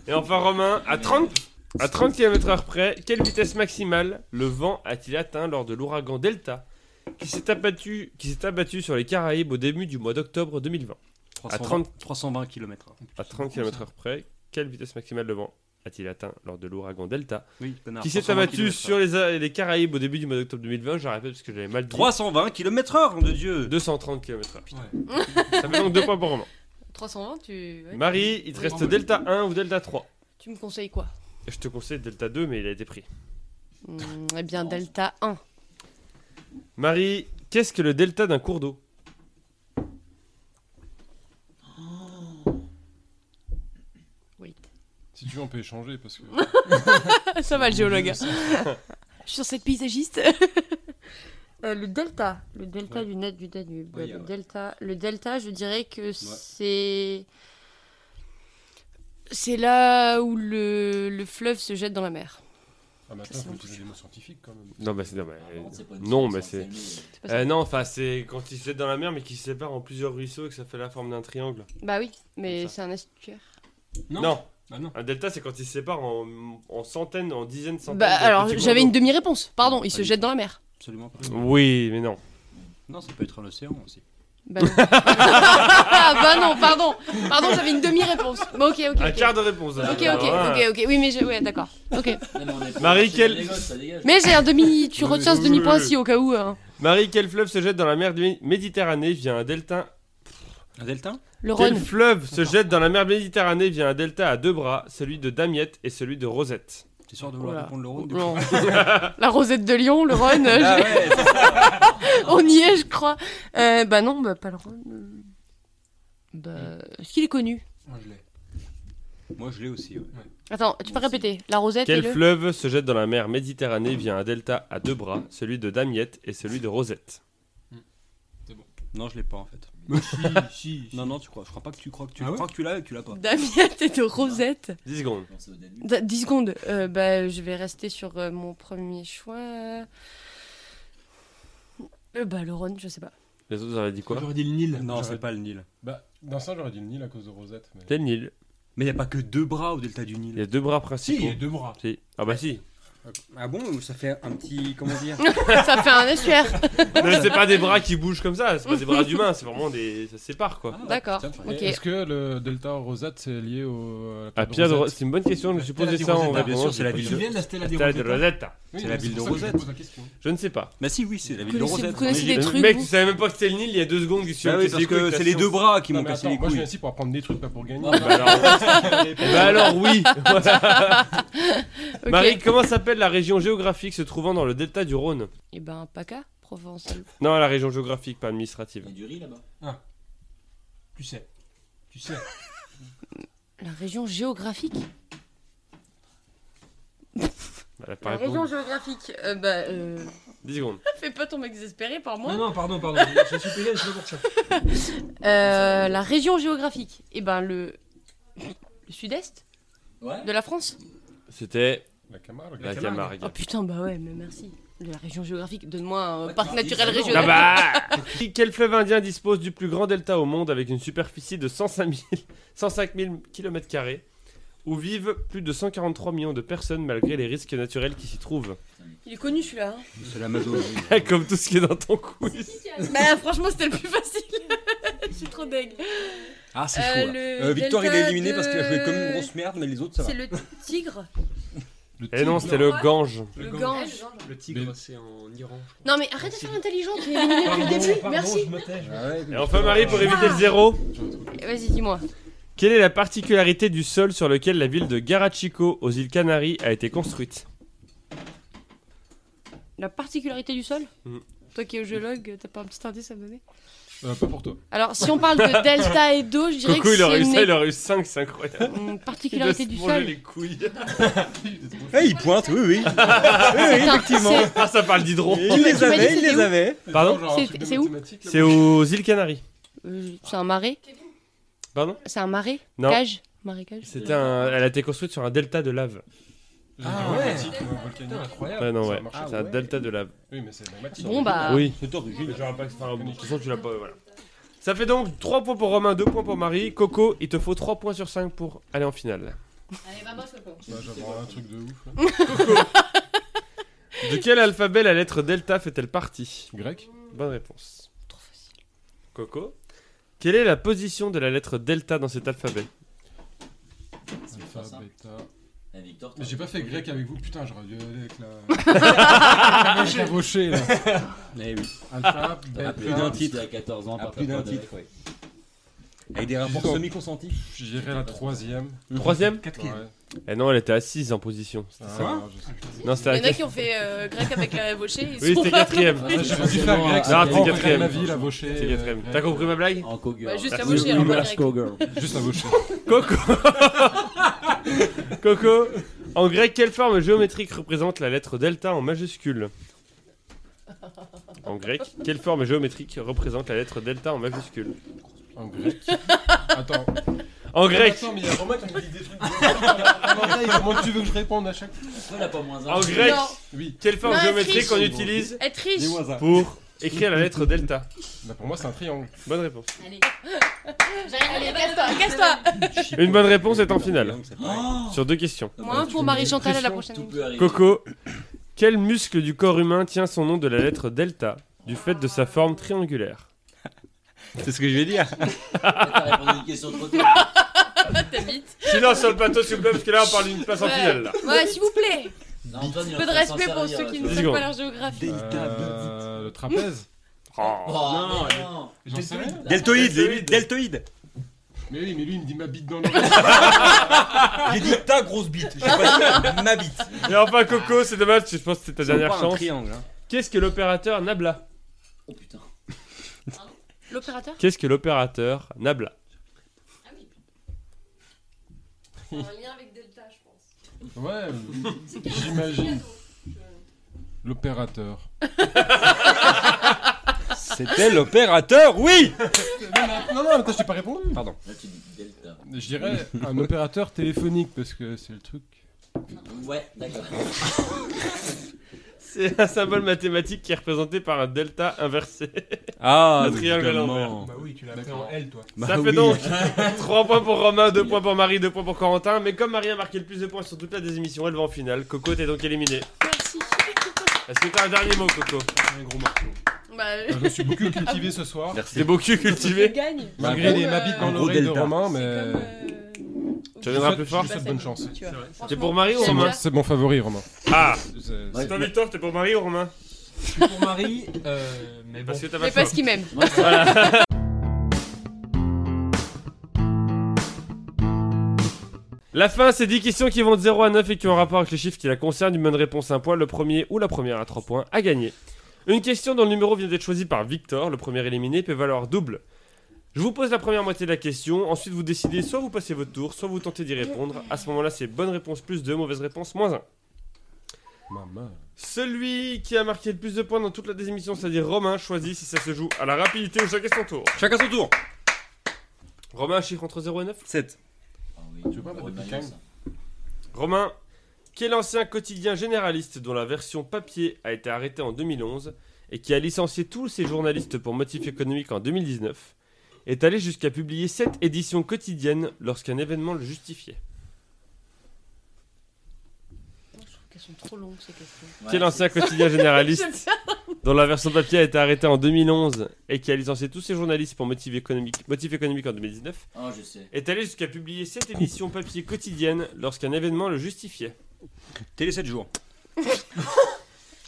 A: Et enfin Romain, à 30, à 30 km/h près, quelle vitesse maximale le vent a-t-il atteint lors de l'ouragan Delta qui s'est abattu, qui s'est abattu sur les Caraïbes au début du mois d'octobre 2020
D: 320,
A: 30.
D: 320 km.
A: À 30 km/h près, quelle vitesse maximale le vent a-t-il atteint lors de l'ouragan Delta
D: Oui, connard.
A: qui s'est
D: 320
A: abattu
D: kilomètres.
A: sur les, A- les Caraïbes au début du mois d'octobre 2020 Je répète parce que j'avais mal dit.
D: 320 km/h, nom de Dieu
A: 230 km/h. Ça fait donc deux points pour Romain.
B: 320, tu. ouais.
A: Marie, il te reste Delta 1 ou Delta 3
B: Tu me conseilles quoi
A: Et je te conseille Delta 2, mais il a été pris.
B: Hmm, Eh bien, Delta 1.
A: Marie, qu'est-ce que le delta d'un cours d'eau
B: Oui.
E: Si tu veux, on peut échanger parce que.
B: Ça va, le géologue. Je suis sur cette paysagiste. Euh, le delta, le delta
D: Ouais.
B: du net du Danube,
D: Ouais,
B: le
D: ouais.
B: delta, le delta, je dirais que c'est c'est là où le, le fleuve se jette dans la mer.
E: Ah, mais attends, faut utiliser des mots scientifiques quand même.
A: Non, bah, mais c'est. Non, mais,
F: Ah, par contre, c'est pas une
A: non,
F: science,
A: mais
F: hein,
A: c'est.
F: le-
B: C'est pas ça
A: Euh, non, enfin, c'est quand il se jette dans la mer, mais qu'il se sépare en plusieurs ruisseaux et que ça fait la forme d'un triangle.
B: Bah oui, mais
A: Comme ça.
B: c'est un estuaire.
A: Non,
I: Non. Ah non.
A: Un delta, c'est quand il se sépare en, en centaines, en dizaines, centaines.
B: Bah
A: de
B: alors
A: petits
B: j'avais une
A: cours
B: demi-réponse. Pardon, il
D: pas
B: se
D: du
B: jette dans la mer.
D: Absolument pas.
A: d'eau. Oui, mais non.
D: Non, ça peut être un océan aussi.
B: Bah non. ah bah non, pardon. Pardon, j'avais une demi-réponse. Bah ok, ok.
A: Un
B: ok.
A: quart de réponse. alors.
B: Ok,
A: Ah.
B: ok,
A: Voilà.
B: ok, ok. Oui, mais je... ouais, d'accord. Ok.
F: Non, mais on est pas
A: Marie,
F: chez
A: quel-
F: les gosses, ça dégage.
B: Mais j'ai un demi. Tu retiens ce
A: Oui, oui,
B: demi-point
A: oui.
B: si au cas où. hein.
A: Marie, quel fleuve se jette dans la mer du- Méditerranée via un delta
D: Un delta
B: Le
A: Quel
B: Rhône.
A: fleuve se jette dans la mer Méditerranée via un delta à deux bras, celui de Damiette et celui de Rosette
D: T'es sûr de vouloir
B: Oula.
D: répondre le Rhône du
B: Non.
D: coup
B: La Rosette de Lyon, le Rhône. euh,
D: Ah
B: je-
D: ouais, c'est-
B: On y est, je crois. Euh, bah non, bah pas le Rhône. euh. Bah, est-ce qu'il est connu
I: Moi, je l'ai.
D: Moi je l'ai aussi. ouais.
B: Attends, tu peux répéter. La Rosette et
A: Quel
B: le-
A: fleuve se jette dans la mer Méditerranée via un delta à deux bras, celui de Damiette et celui de Rosette
D: Non, je l'ai pas en fait.
I: si, si.
D: Non, non, tu crois. Je crois pas que tu crois que tu
I: Ah ouais
D: crois que tu l'as et que tu l'as pas.
B: Damiette et de Rosette.
A: 10 secondes.
F: Non, c'est au Danube.
B: Da- 10 secondes. Euh, bah, je vais rester sur euh, mon premier choix. Euh, bah, le Rhône, je sais pas.
A: Les autres auraient dit quoi
I: J'aurais dit le Nil.
D: Non,
I: J'aurais-
D: c'est pas le Nil.
E: Bah, dans ça, j'aurais dit le Nil à cause de Rosette. Mais...
A: C'est le Nil.
D: Mais y a pas que deux bras au delta du
A: Il y
D: Nil.
A: a deux bras
I: Si, il y
A: principaux.
I: a deux bras.
A: Si. Ah bah si.
J: Ah bon Ça fait un petit. Comment dire
B: Ça fait un estuaire.
A: Non, mais c'est pas des bras qui bougent comme ça, c'est pas des bras d'humains, c'est vraiment des. Ça se sépare quoi.
B: D'accord.
E: Et
B: Ok.
E: Est-ce que le delta rosate c'est lié au. euh,
A: À Ah, Pierre de Rosette, c'est une bonne question, je me suis
E: Stella
A: posé
E: di
A: ça en
E: Rosetta,
D: bien sûr, c'est la ville de-
A: La Stella di Rosetta.
E: Oui,
D: C'est la
E: mais
D: ville de
E: pour ça que je
D: Rosette.
E: pose la question.
A: Je ne sais pas.
D: Bah si, oui, c'est la ville de
B: connaissez-
D: Rosette.
B: vous connaissez
D: Mais
B: des
D: j'ai-
A: Le
B: trucs,
A: mec,
B: vous
A: tu savais même pas que c'était le Nil il y a deux secondes, je suis sûr
D: Bah oui,
A: que
D: parce
A: t'as
D: que
A: dit
D: c'est les
A: t'as
D: deux bras qui
E: Non,
D: m'ont
E: mais
D: cassé
E: attends,
D: les
E: moi je viens
D: couilles.
E: ici pour apprendre des trucs, pas pour gagner.
A: Eh ben alors- eh ben alors oui. Voilà.
B: Ok.
A: Marie, comment s'appelle la région géographique se trouvant dans le delta du Rhône
B: Eh ben, PACA, Provençal.
A: Non, la région géographique, pas
F: Il
A: administrative.
F: y a du riz là-bas.
I: Tu sais. Tu sais.
B: La région géographique
A: Bah, elle a pas
B: La
A: répondu.
B: région géographique euh, Bah, euh...
A: 10 secondes.
B: Fais pas ton exaspéré par moi.
I: Non, non, pardon, pardon. Je suis payé, c'est pas pour ça.
B: Euh, la région géographique Eh ben, le. Le sud-est
F: Ouais.
B: de la France
A: C'était
E: La Camargue.
A: la Camargue.
B: Oh putain, bah ouais, mais merci. La région géographique, donne-moi un parc
F: tu-
B: naturel
F: ils-
B: régional.
A: Ah bah Qui- Quel fleuve indien dispose du plus grand delta au monde avec une superficie de 105 000, 105 000 km où vivent plus de 143 millions de personnes malgré les risques naturels qui s'y trouvent Eh,
B: Il est connu celui-là. hein.
D: C'est l'Amazonie.
A: Comme tout ce qui est dans ton quiz.
B: bah, franchement, c'était le plus facile. Je suis trop deg.
D: Ah, c'est
B: Euh,
D: chaud. là.
B: le
D: Euh, Victor, il
B: delta
D: est éliminé parce qu'il a joué
B: de-
D: comme une grosse merde, mais les autres, ça va.
B: C'est le tigre
A: Et Eh non, c'était le Gange.
B: Le
I: Gange.
B: Gange
I: Le tigre, c'est en Iran, je crois.
B: Non, mais arrête de faire intelligente, t'es éliminé depuis le début, merci.
I: je me tais.
J: Ah ouais,
A: Et enfin, Marie, pour éviter le zéro,
B: Vas-y, dis-moi.
A: quelle est la particularité du sol sur lequel la ville de Garachico aux îles Canaries a été construite
B: La particularité du sol
A: Mhm.
B: Toi qui es géologue, t'as pas un petit indice à me donner
E: Euh, Pas pour toi.
B: Alors, si on parle de delta et d'eau, je dirais
A: Coco,
B: que
A: il aurait eu ça,
B: c'est
A: il
B: une
A: aurait eu 5, c'est incroyable.
B: une
A: Il doit
B: particularité
A: se
B: du
A: manger
B: sol.
A: les couilles.
J: Eh, il pointe, oui, oui.
B: C'est un- c'est-
A: Ah, ça parle d'hydro.
J: Il les
B: m'as dit,
J: avait, il
B: c'était
J: les
B: où
J: avait.
A: Pardon
E: Genre un
B: C'est-
E: truc de
B: c'est où
E: mathématiques, là,
A: C'est aux îles Canaries.
B: euh, C'est un marais
A: Pardon
B: C'est un marais
A: Non.
B: Cage Marécage
A: C'était un... Elle a été construite sur un delta de lave.
E: J'ai dit
I: Ah
E: un
I: ouais.
E: mathématique, un volcanique.
I: Putain, incroyable.
A: Ah, Ouais, non,
E: Ça
A: ouais.
E: marche.
A: C'est un delta de lave.
E: Oui, mais c'est mathématique.
B: Bon bah,
A: Oui.
D: C'est
A: Mais
D: original.
A: j'aurais pas que c'est un- De toute façon, tu l'as pas. Voilà. Ça fait donc 3 points pour Romain, 2 points pour Marie. Coco, il te faut 3 points sur 5 pour aller en finale.
E: Bah, J'avais un truc de ouf. là.
A: De quel alphabet la lettre delta fait-elle partie
E: Grec
A: Bonne réponse. Trop facile. Coco, quelle est la position de la lettre delta dans cet alphabet
E: Alpha,
F: ça.
E: bêta.
F: Eh, Victor,
E: Mais
F: t'as-
E: j'ai pas fait grec avec vous, putain, j'aurais dû aller avec la. la chevauchée là.
D: Eh oui.
E: Alpha,
F: t'as
A: Ah,
E: bêta.
F: plus
D: d'un
F: d'un
D: titre.
F: titre. à 14 ans,
D: Ah,
F: par
D: plus d'un
F: rapport à
D: titre.
F: Drake, ouais.
D: Avec des rapports
E: Dis donc.
D: semi-consentis.
E: J'irai la troisième.
A: Troisième
E: Ouais.
I: Quatrième.
A: Eh non, elle était assise en position. C'était ça.
E: Ah, je sais pas.
A: Non, c'était
B: il
A: la
B: y en a
A: quatrième.
B: qui ont fait euh, grec avec la ébauchée. Ils
A: Oui,
B: sont
A: c'était
B: pas-
A: quatrième.
E: Ouais, J'aurais dû faire grec.
A: Ah,
E: ça
A: c'est
E: prend
A: quatrième.
E: la vie, la vauchée.
A: C'est quatrième.
E: euh,
A: T'as compris ma blague
F: En hein. Ah, cowgirl.
B: Bah, juste la
A: Merci.
B: bouche, alors pas
G: Reverse
B: grec.
G: cowgirl.
E: Juste la vauchée.
A: Coco Coco En grec, quelle forme géométrique représente la lettre delta en majuscule En grec, quelle forme géométrique représente la lettre delta en majuscule
E: En grec. Attends.
A: En grec
E: Attends, mais il y a Romain qui me dit des trucs. de ouf, là. Marseille, Comment tu veux que je réponde à chaque fois
F: Pourquoi elle a pas moins un
A: En grec
B: Non.
E: Oui.
A: Quelle forme
B: Non,
A: géométrique
B: triche.
A: on utilise
B: Être riche
D: Dis-moi ça.
A: pour écrire la lettre delta
E: Bah, pour moi, c'est un triangle.
A: Bonne réponse.
B: Allez, casse-toi, casse-toi
A: Une bonne réponse est en finale,
D: C'est pareil.
F: Oh
A: sur deux questions.
B: Moi, pour Marie-Chantal à la prochaine.
F: Tout peut arriver.
A: Coco, quel muscle du corps humain tient son nom de la lettre delta du fait de sa forme triangulaire
D: C'est ce que je vais dire.
F: Ah, T'as répondu à une question trop tôt. Bah,
B: Ta bite.
A: Silence sur le plateau s'il vous plaît, parce que là on parle d'une place en
B: Ouais.
A: finale. là.
B: Ouais, s'il vous plaît
F: Antoine, il
B: Un
F: est
B: peu
F: en
B: de
F: train s'en
B: respect pour
F: servir,
B: ceux
F: là,
B: qui
F: tu
B: ne
A: Dix
B: savent
A: secondes.
B: pas leur géographie.
E: Euh, Le trapèze.
A: Oh.
F: vois. Oh, mais non.
E: J'en sais rien.
A: Deltoïde.
D: Deltoïde, j'ai dit deltoïde.
E: Mais oui, mais lui, il me dit ma bite dans l'oreille.
D: J'ai dit ta grosse bite. J'ai pas dit ma bite.
A: Et enfin Coco, c'est dommage, je pense que c'était ta
D: C'est
A: dernière
D: pas un
A: chance.
D: triangle. hein.
A: Qu'est-ce que l'opérateur Nabla
F: Oh, putain.
B: L'opérateur
A: Qu'est-ce que l'opérateur Nabla
B: C'est un lien avec Delta, je pense.
E: Ouais, euh, j'imagine. L'opérateur.
D: C'était l'opérateur, oui
E: Non, non, attends, je t'ai pas répondu.
F: Là, tu dis Delta.
E: Je dirais un opérateur téléphonique parce que c'est le truc.
F: Ouais, d'accord.
A: C'est un symbole mathématique qui est représenté par un delta inversé.
D: Ah,
A: Le triangle à
D: évidemment.
I: Bah oui, tu l'as.
E: l'as pris en L, toi.
A: Ça fait donc 3 points pour Romain, 2 points pour Marie, 2 points pour Corentin. Mais comme Marie a marqué le plus de points sur toute la des émissions, elle va en finale. Coco, t'es donc éliminé.
B: Merci.
A: Est-ce que t'as un dernier mot, Coco
E: Un gros morceau.
B: Bah,
E: Ah, Je suis beaucoup cultivé ce soir.
A: Merci. Des beaux culs
B: je
A: cultivés.
B: gagne.
E: Malgré
B: C'est
E: les
B: comme,
E: ma bite
B: euh,
E: dans
D: gros
E: l'oreille de
D: delta.
E: Romain,
B: c'est
E: mais.
B: comme, euh,
A: Tu reviendras plus
E: euh, Je
A: fort
E: lui
B: Bah,
E: souhaite
B: ça
E: bonne
B: me-
E: chance.
B: tu vois.
A: T'es pour Marie ou
B: Franchement,
A: Romain
B: j'aime
E: C'est mon favori, Romain.
A: Ah
E: C'est-
A: C'est
E: c'est-
A: toi, Victor, t'es pour Marie ou Romain
C: Je suis pour Marie, euh, mais bon.
A: Parce que t'as
B: bien.
A: pas
B: Mais
A: faim.
B: parce qu'il m'aime.
A: La fin, c'est 10 questions qui vont de 0 à 9 et qui ont un rapport avec les chiffres qui la concernent. Une bonne réponse, un point. Le premier ou la première à 3 points à gagner. Une question dont le numéro vient d'être choisi par Victor, le premier éliminé, peut valoir double. Je vous pose la première moitié de la question, ensuite vous décidez soit vous passez votre tour, soit vous tentez d'y répondre. À ce moment-là, c'est bonne réponse plus 2, mauvaise réponse moins 1.
E: Maman.
A: Celui qui a marqué le plus de points dans toute la désémission, c'est-à-dire Romain, choisit si ça se joue à la rapidité ou chacun son tour.
D: Chacun son tour.
A: Romain, chiffre entre 0 et 9.
D: 7.
F: Ah oui,
E: veux pas
F: gros
E: prendre des
F: maillot,
E: piquants
F: ça.
A: Romain, quel ancien quotidien généraliste dont la version papier a été arrêtée en 2011 et qui a licencié tous ses journalistes pour motif économique en 2019 est allé jusqu'à publier 7 éditions quotidiennes lorsqu'un événement le justifiait
B: Je trouve qu'elles sont trop longues ces questions.
F: Ouais,
A: Quel ancien quotidien généraliste
B: J'aime ça.
A: dont la version papier a été arrêtée en 2011 et qui a licencié tous ses journalistes pour motif économique, motif économique en 2019
F: Oh, je sais.
A: est allé jusqu'à publier 7 éditions papier quotidiennes lorsqu'un événement le justifiait
D: Télé 7 jours. Parce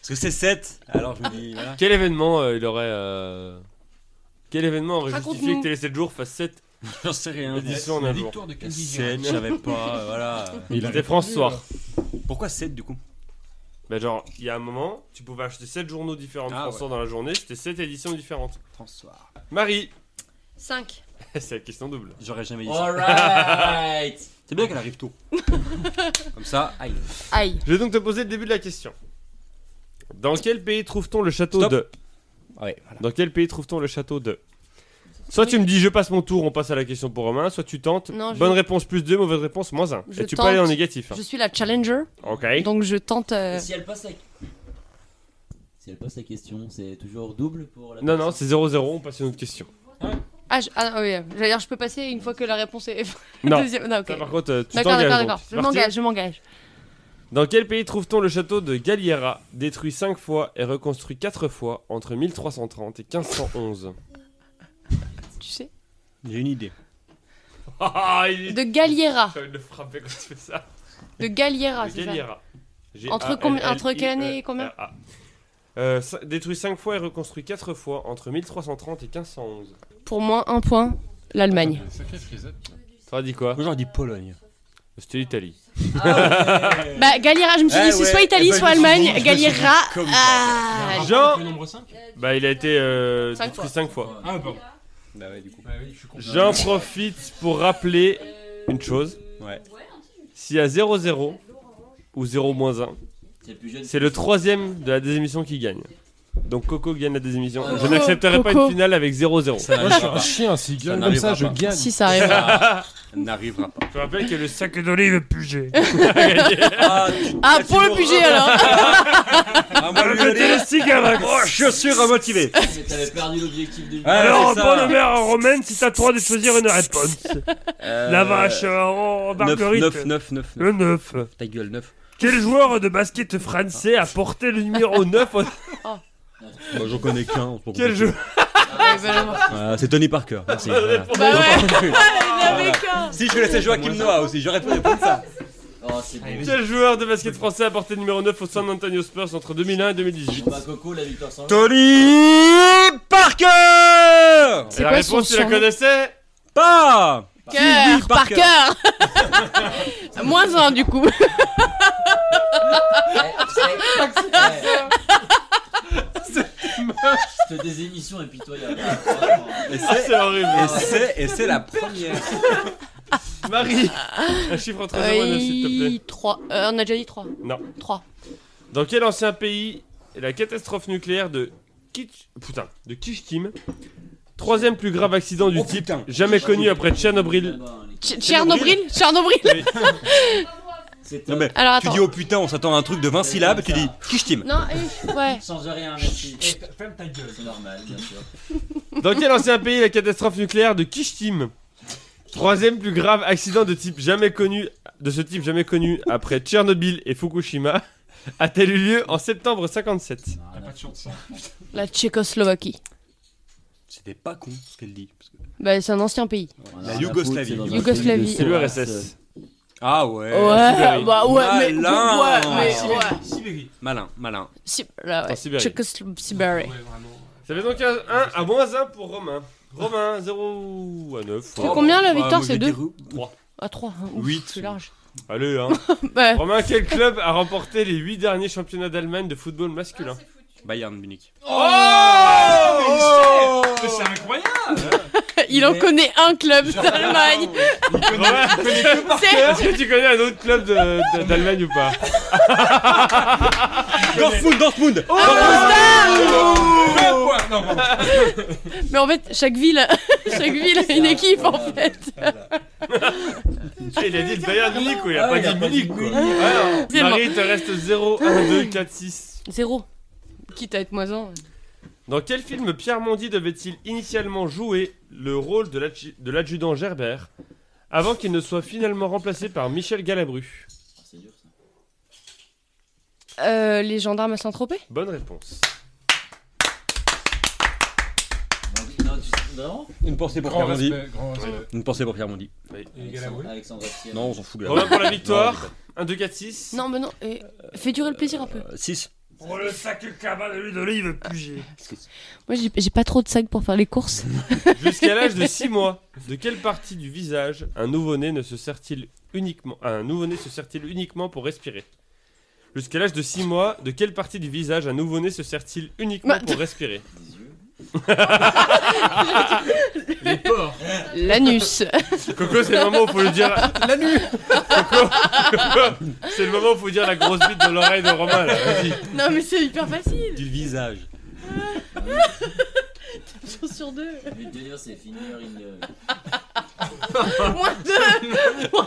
D: que c'est 7. Alors je me dis, voilà.
A: Quel événement euh, il aurait. euh, Quel événement aurait justifié
B: Raconte-nous.
A: que Télé 7 jours fasse 7
D: J'en sais rien.
A: éditions en un jour
I: Victoire de Candy
D: Sept, je savais pas, voilà.
A: C'était France Soir.
D: Pourquoi 7 du coup
A: Bah, genre, il y a un moment, tu pouvais acheter 7 journaux différents de
D: Ah,
A: France
D: ouais.
A: Soir dans la journée, c'était 7 éditions différentes.
D: François.
A: Marie
B: 5.
A: C'est la question double.
D: J'aurais jamais dit ça.
F: Alright
D: C'est bien qu'elle arrive tôt. Comme ça, aïe.
B: Aïe.
A: Je vais donc te poser le début de la question. Dans quel pays trouve-t-on le château
D: Stop.
A: de
D: Ah Ouais, voilà.
A: Dans quel pays trouve-t-on le château de Soit tu me dis je passe mon tour, on passe à la question pour Romain, soit tu tentes.
B: Non, je-
A: Bonne réponse plus 2, mauvaise réponse moins 1.
B: Je
A: Et tu
B: tente.
A: peux aller en négatif. hein.
B: Je suis la challenger,
A: Ok.
B: donc je tente. euh,
F: Et Si elle passe la... Si elle passe la question, c'est toujours double pour la
A: Non, non,
F: personne
A: c'est 0-0, on passe à une autre question.
B: Ah, je- ah, oui, j'allais dire, je peux passer une fois que la réponse est.
A: Non.
B: Deuxième- Non, ok.
A: Ça, par contre, euh, tu
B: D'accord,
A: t'engages,
B: d'accord,
A: donc.
B: d'accord.
A: C'est
B: Je
A: parti.
B: m'engage, je m'engage.
A: Dans quel pays trouve-t-on le château de Galliera, détruit 5 fois et reconstruit 4 fois entre 1330 et 1511
B: Tu sais.
D: J'ai une idée.
A: Ah, il
B: De Galliera.
A: J'ai envie de le frapper quand tu fais ça.
B: De Galliera,
A: Le
B: c'est ça.
A: Galliera.
B: Entre combien- entre quelle année et combien
A: G-A-L-L-I-E-R-A. E Euh, cin- détruit 5 fois et reconstruit 4 fois entre 1330 et 1511.
B: Pour moins un point, l'Allemagne.
E: Sacré frisette.
A: T'aurais dit quoi
D: Aujourd'hui, Pologne.
A: C'était l'Italie.
B: Bah, Galliera, je me suis
D: Eh
B: dit, c'est
D: ouais,
B: soit Italie,
D: eh ben,
B: soit
D: je me suis dit,
B: Allemagne.
D: je me suis
B: Galliera.
D: dit comme ça.
B: Ah,
A: Jean
I: Le nombre 5
A: Bah, il a été euh,
B: Cinq
A: détruit
B: fois.
A: 5 fois.
C: Ah, pardon.
D: Bah ouais, du coup.
C: Bah oui, je suis con.
A: J'en profite pour rappeler une chose.
D: Ouais.
A: S'il y a 0-0 ou 0-1,
F: C'est le plus jeune.
A: c'est le troisième de la désémission qui gagne. Donc Coco gagne la désémission.
F: Oh.
A: Je n'accepterai pas
B: Coco.
A: une finale avec 0-0.
D: Ça
E: Moi, je suis
D: n'arrivera
E: un
D: pas.
E: chien, s'il gagne comme
D: n'arrivera
E: ça, je
D: pas.
E: gagne.
B: si ça arrive.
D: Ah, Ça n'arrivera pas.
A: Je te rappelle que le sac d'olive pugé.
D: Ah, tu-
B: Ah, pour le budget alors.
D: ah, moi, lui, il a dit- Oh, je suis remotivé.
F: Mais t'avais perdu l'objectif de
D: Ah, Alors, c'est ça. bonne
A: mère romaine, si t'as trois de choisir une réponse.
D: Euh, 9,
A: 9,
D: 9, 9, 9,
A: Le 9.
D: Ta gueule, 9.
A: Quel joueur de basket français a porté le numéro 9
D: Moi, j'en connais qu'un.
A: Quel jeu
D: Ah,
B: Ah,
D: C'est Tony Parker. Merci. voilà.
B: Bah ouais. Il y
D: Ah,
B: avait qu'un.
D: Si je laissais Joachim Noah aussi, j'aurais pu répondre ça.
F: Oh, c'est bon.
A: Quel joueur de basket français a porté le numéro 9 au San Antonio Spurs entre 2001 et 2018
F: Bon bah Coco, la victoire sans
D: Tony Parker
B: C'est
A: Et La
B: quoi son
A: réponse, tu la
B: surnom
A: connaissais
D: Pas
B: Cœur,
D: Sylvie
B: par
D: Parker.
B: cœur. Moins un du coup.
F: Cette désémission est pitoyable. Franchement.
D: Et
A: Ah,
D: c'est-
A: c'est horrible.
D: et c'est- et c'est la première.
A: Marie, un chiffre entre 0 et 9, s'il te
B: Euh,
A: plaît.
B: 3. on a déjà dit 3.
A: Non.
B: 3.
A: Dans quel ancien pays la catastrophe nucléaire de Kitch... Putain, de Kishkim Troisième plus grave accident du
D: Oh,
A: type
D: putain.
A: jamais connu après Tchernobyl.
F: Là-bas, hein, les-
B: Tchernobyl Tchernobyl
D: Non, mais
B: Alors,
D: tu
B: attends.
D: dis oh putain, on s'attend à un truc de 20 syllabes, tu dis Kishtim.
B: Non, eh, ouais.
F: Change rien, merci. Ferme ta gueule. C'est normal, bien sûr.
A: Dans quel ancien pays la catastrophe nucléaire de Kishtim Troisième plus grave accident de type jamais connu, de ce type jamais connu après Tchernobyl et Fukushima a-t-elle eu lieu en septembre 57
I: T'as pas de chance. ça.
B: La Tchécoslovaquie.
D: C'était pas con ce qu'elle dit. parce que-
B: Bah, c'est un ancien pays.
D: La Yougoslavie.
B: Yougoslavie.
A: C'est l'URSS.
D: Ah ouais.
B: Ouais,
D: Sibérie.
B: bah ouais, mais-
D: malin.
B: ouais, mais-
D: Sibérie.
B: ouais.
I: Sibérie.
D: Malin, malin.
B: Si- là, ouais.
A: En Sibérie.
B: Tchécoslovaquie.
A: Ça fait donc un, un à moins 1 pour Romain. Romain, 0 à 9.
B: Tu fais combien la victoire C'est
D: deux
B: 2
D: Trois.
B: à 3.
D: Huit.
B: hein. C'est large.
A: Allez, hein.
B: Bah,
A: Romain, quel club a remporté les 8 derniers championnats d'Allemagne de football masculin
D: Bayern Munich.
B: Ah,
A: Oh,
I: Mais c'est incroyable.
B: il en connaît un club d'Allemagne. Oh,
A: Romain,
B: C'est-
A: Est-ce que tu connais un autre club de- de- d'Allemagne ou pas
D: Dortmund, Dortmund
B: Mais en fait, chaque ville, chaque ville a une équipe en fait.
A: Il a dit le Bayern Munich, quoi. Il a
F: Ah,
A: pas
F: il a
A: dit
F: pas
A: Munich,
F: dit
A: quoi. Alors,
B: C'est
A: Marie, il te reste 0, 1, 2, 4, 6.
B: Zéro. Quitte à être moisin.
A: Dans quel film Pierre Mondy devait-il initialement jouer le rôle de l'adju- de l'adjudant Gerbert avant qu'il ne soit finalement remplacé par Michel Galabru
F: C'est dur ça.
B: Euh, les gendarmes à Saint-Tropez
A: Bonne réponse.
F: Donc, non, tu... Vraiment
D: Une pensée pour
E: Grand
D: Pierre Mondi.
E: respect, grand respect.
D: Une pensée pour Pierre Mondi.
F: Alexandre, Alexandre Astier.
D: Non, on s'en fout.
A: Romain pour la victoire. 1, 2, 4, 6.
B: Non, mais non. eh, fais durer le plaisir un peu.
D: 6.
A: Pour Oh, le sac de cabane de l'huile d'olive pugé.
B: Moi, j'ai j'ai pas trop de sacs pour faire les courses.
A: Jusqu'à l'âge de 6 mois, de quelle partie du visage un nouveau-né ne se sert-il uniquement un nouveau-né se sert-il uniquement pour respirer Jusqu'à l'âge de 6 mois, de quelle partie du visage un nouveau-né se sert-il uniquement
B: Bah,
A: pour respirer
F: Des yeux.
I: Les porcs.
B: L'anus.
A: Coco, c'est le moment où faut lui dire la nuit. Coco, Coco, c'est le moment où faut dire la grosse bite dans l'oreille de Romain là. Vas-y.
B: non, mais c'est hyper facile.
D: Du visage.
B: sur deux.
F: Le délire, c'est euh, fini, il le.
B: Moins deux.
F: Mais quoi,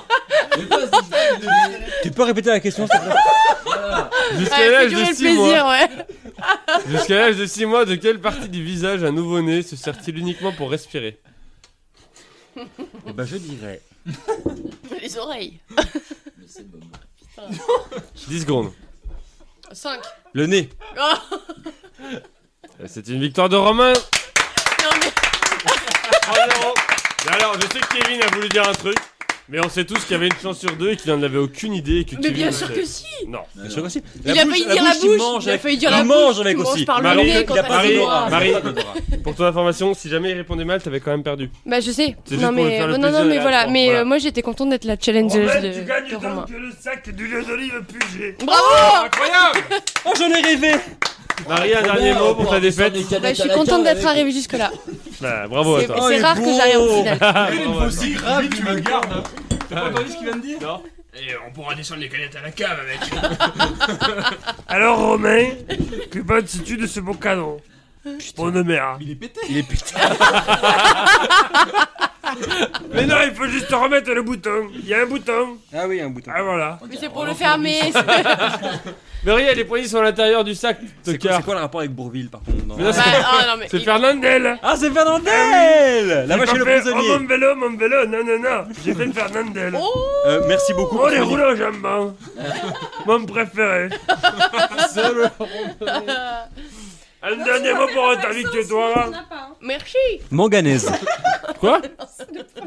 F: c'est
D: Tu peux répéter la question s'il te plaît
F: Voilà.
A: Jusqu'à
B: fais
A: l'âge
B: durer
A: de
B: le
A: 6 mois.
B: plaisir, ouais.
A: Jusqu'à l'âge de 6 mois, de quelle partie du visage un nouveau-né se sert-il uniquement pour respirer
D: Eh ben, je dirais.
B: Les oreilles.
F: Mais c'est bon.
A: 10 secondes.
B: 5.
D: Le nez.
A: Euh, C'est une victoire de Romain.
B: Non, mais
A: 3-0. Mais alors, je sais que Kevin a voulu dire un truc, mais on sait tous qu'il y avait une chance sur deux et qu'il n'en avait aucune idée. et Que
B: mais
A: Kevin
B: bien
A: le
B: sûr
A: sait.
B: que si.
A: Non.
F: Non,
D: Bien
F: non.
D: sûr que si.
B: Il a failli dire la
D: il
B: bouche.
D: mange
B: Il a
D: avec-
B: failli dire
D: il
B: la bouche.
D: mange avec
B: tu manges
D: aussi.
B: par le
A: Marie,
B: nez quand
D: il a
B: t'as
D: pas
B: six
A: Marie,
D: raison.
B: mois.
A: Marie, pour ton information, si jamais il répondait mal, t'avais quand même perdu.
B: Bah je sais.
A: C'est juste
B: Non
A: pour lui
B: mais
A: faire le
B: non non
A: plaisir
B: mais
A: et
B: voilà.
A: attendre,
B: Mais
A: voilà.
B: euh, moi j'étais contente d'être la challengeuse de, de Romain.
A: le sac d'huile d'olive pugée.
B: Bravo.
D: Oh, j'en ai rêvé
A: Marie, un dernier mot pour ta défaite.
B: Bah, je suis contente d'être arrivée jusque là.
A: Bah, bravo à
B: C'est
A: toi.
D: Oh, il
B: c'est
D: est
B: rare que
D: beau.
B: j'arrive au final.
A: Bravo à toi.
C: C'est grave, tu me gardes.
I: T'as pas entendu ce qu'il vient de dire
A: Non.
I: Et on pourra descendre les canettes à la cave avec.
A: Alors, Romain, que penses-tu de ce beau canon Pour hein. le maire.
I: Il est pété.
D: Il est putain.
A: Mais non, il faut juste remettre le bouton. Il y a un bouton.
J: Ah oui, un bouton.
A: voilà.
B: Mais c'est pour le fermer. c'est-
A: Mais regarde, les poignées sont à l'intérieur du sac,
D: C'est quoi,
A: tocard.
D: c'est quoi le rapport avec Bourville par contre non
A: Mais non,
B: Bah, ah, non, mais
A: C'est
B: il-
A: Fernandel
D: Ah, c'est Fernandel La
A: Il
D: vache et
A: m'a
D: le
A: fait,
D: prisonnier
A: Oh mon vélo, mon vélo, non, non, non, j'ai fait le Fernandel. Oh,
D: Euh, Merci beaucoup. pour
A: les
D: ce
A: rouleaux jambon Mon préféré Un dernier mot pour ta victoire, toi
B: Merci.
D: Manganèse.
A: Quoi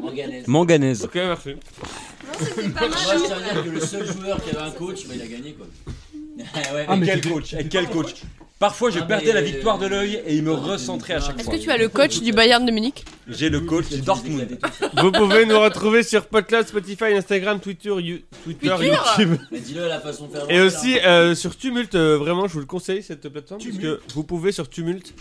F: Manganèse.
D: Manganèse.
A: Ok, merci.
F: Moi, je tiens à dire que le seul joueur qui avait un coach, bah, il a gagné quoi. Ah ouais.
D: Ah, mais quel coach Et quel coach Parfois, je
F: Ah,
D: perdais
F: mais-
D: la victoire de l'œil et il me recentrait à chaque
B: Est-ce
D: fois.
B: que tu as le coach du Bayern de Munich
D: J'ai le coach du Dortmund.
A: Vous pouvez nous retrouver sur Podcloud, Spotify, Instagram, Twitter, You- Twitter,
B: Twitter
A: YouTube.
F: Mais dis-le à la façon de faire.
A: Et aussi euh, sur Tumult, euh, vraiment, je vous le conseille cette plateforme parce que vous pouvez sur Tumult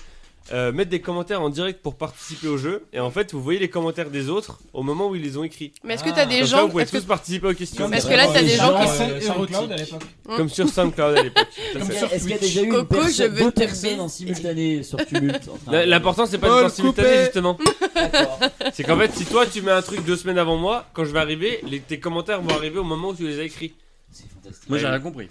A: euh, mettre des commentaires en direct pour participer au jeu. Et en fait, vous voyez les commentaires des autres au moment où ils les ont écrits.
B: Mais est-ce que t'as des
A: Comme ça, Ah. vous
B: gens
A: pouvez
B: est-ce que-
A: tous Ah, participer aux questions.
B: Est-ce que là t'as des gens qui
E: sont
C: euh,
E: érotiques.
C: SoundCloud à l'époque.
A: Comme sur SoundCloud à l'époque. Tout à fait.
F: Est-ce qu'il y a déjà
B: eu une Coco, perso- je veux deux te personnes
F: personnes
B: baiser. en
F: en simultané sur Tumult en train
A: La- L'important, c'est pas de
C: Paul,
A: faire simultané,
C: coupé.
A: justement. C'est qu'en fait, si toi tu mets un truc deux semaines avant moi, quand je vais arriver, les- tes commentaires vont arriver au moment où tu les as écrits.
D: Moi, j'ai rien compris.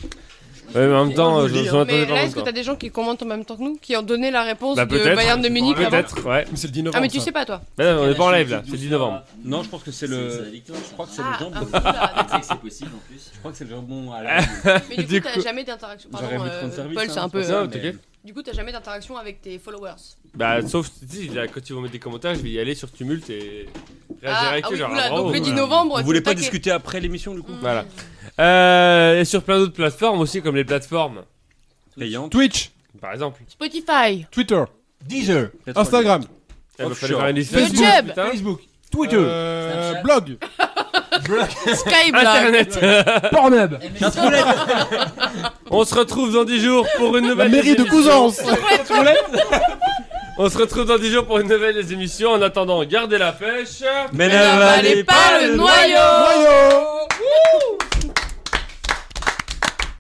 A: Ouais, mais en même temps, euh, je- j'en
B: hein. Mais
A: attendais pas
B: là, est-ce que
A: longtemps.
B: t'as des gens qui commentent en même temps que nous, qui ont donné la réponse
A: Bah,
B: de
A: peut-être.
B: Bayern de Munich avant
A: Peut-être, ouais. Mais c'est le 10
B: Ah, mais tu sais pas, toi.
A: Bah non, on est pas en live là, c'est le 10 novembre.
D: Non, je pense que c'est
F: euh, C'est
D: le.
F: la victoire,
D: Je crois que c'est
B: Ah,
D: le jambon.
B: ah,
F: C'est que c'est possible en plus. Eh,
D: Je crois que c'est le jambon à la.
A: Ah,
B: Mais du coup, t'as jamais d'interaction.
D: J'aurais
B: Pardon,
D: mis trop de
B: euh,
D: service,
B: Paul,
D: hein,
B: c'est un peu.
D: c'est
A: Non,
B: euh,
A: t'es
D: mais-
A: ok.
B: Du coup, t'as jamais d'interaction avec tes followers.
A: Bah, sauf si, là, quand ils vont mettre des commentaires, je vais y aller sur Tumult et réagir
B: Ah,
A: avec
B: ah
A: eux.
B: oui,
A: genre,
B: oula,
A: ah, bravo,
B: donc le 10
A: voilà.
B: novembre.
D: Vous
B: tu
D: voulez
B: le
D: pas
B: taquais.
D: discuter après l'émission du coup
B: Mm.
A: Voilà. Euh, et sur plein d'autres plateformes aussi, comme les plateformes,
D: Payante.
E: Twitch,
A: par exemple.
B: Spotify,
E: Twitter, Deezer, Instagram,
A: Il
B: Oh,
A: va falloir
D: Offshore.
A: faire une liste.
B: YouTube.
A: Facebook, putain.
E: Facebook, Twitter, euh,
F: Snapchat.
E: blog,
B: Skyblog.
A: Internet.
E: Pornhub,
A: On se retrouve dans 10 jours pour une
E: la
A: nouvelle.
E: mairie de
A: émission.
E: Cousance.
A: On se retrouve dans 10 jours pour une nouvelle émission. En attendant, gardez la pêche.
D: Mais
B: Mais n'avalez pas le noyau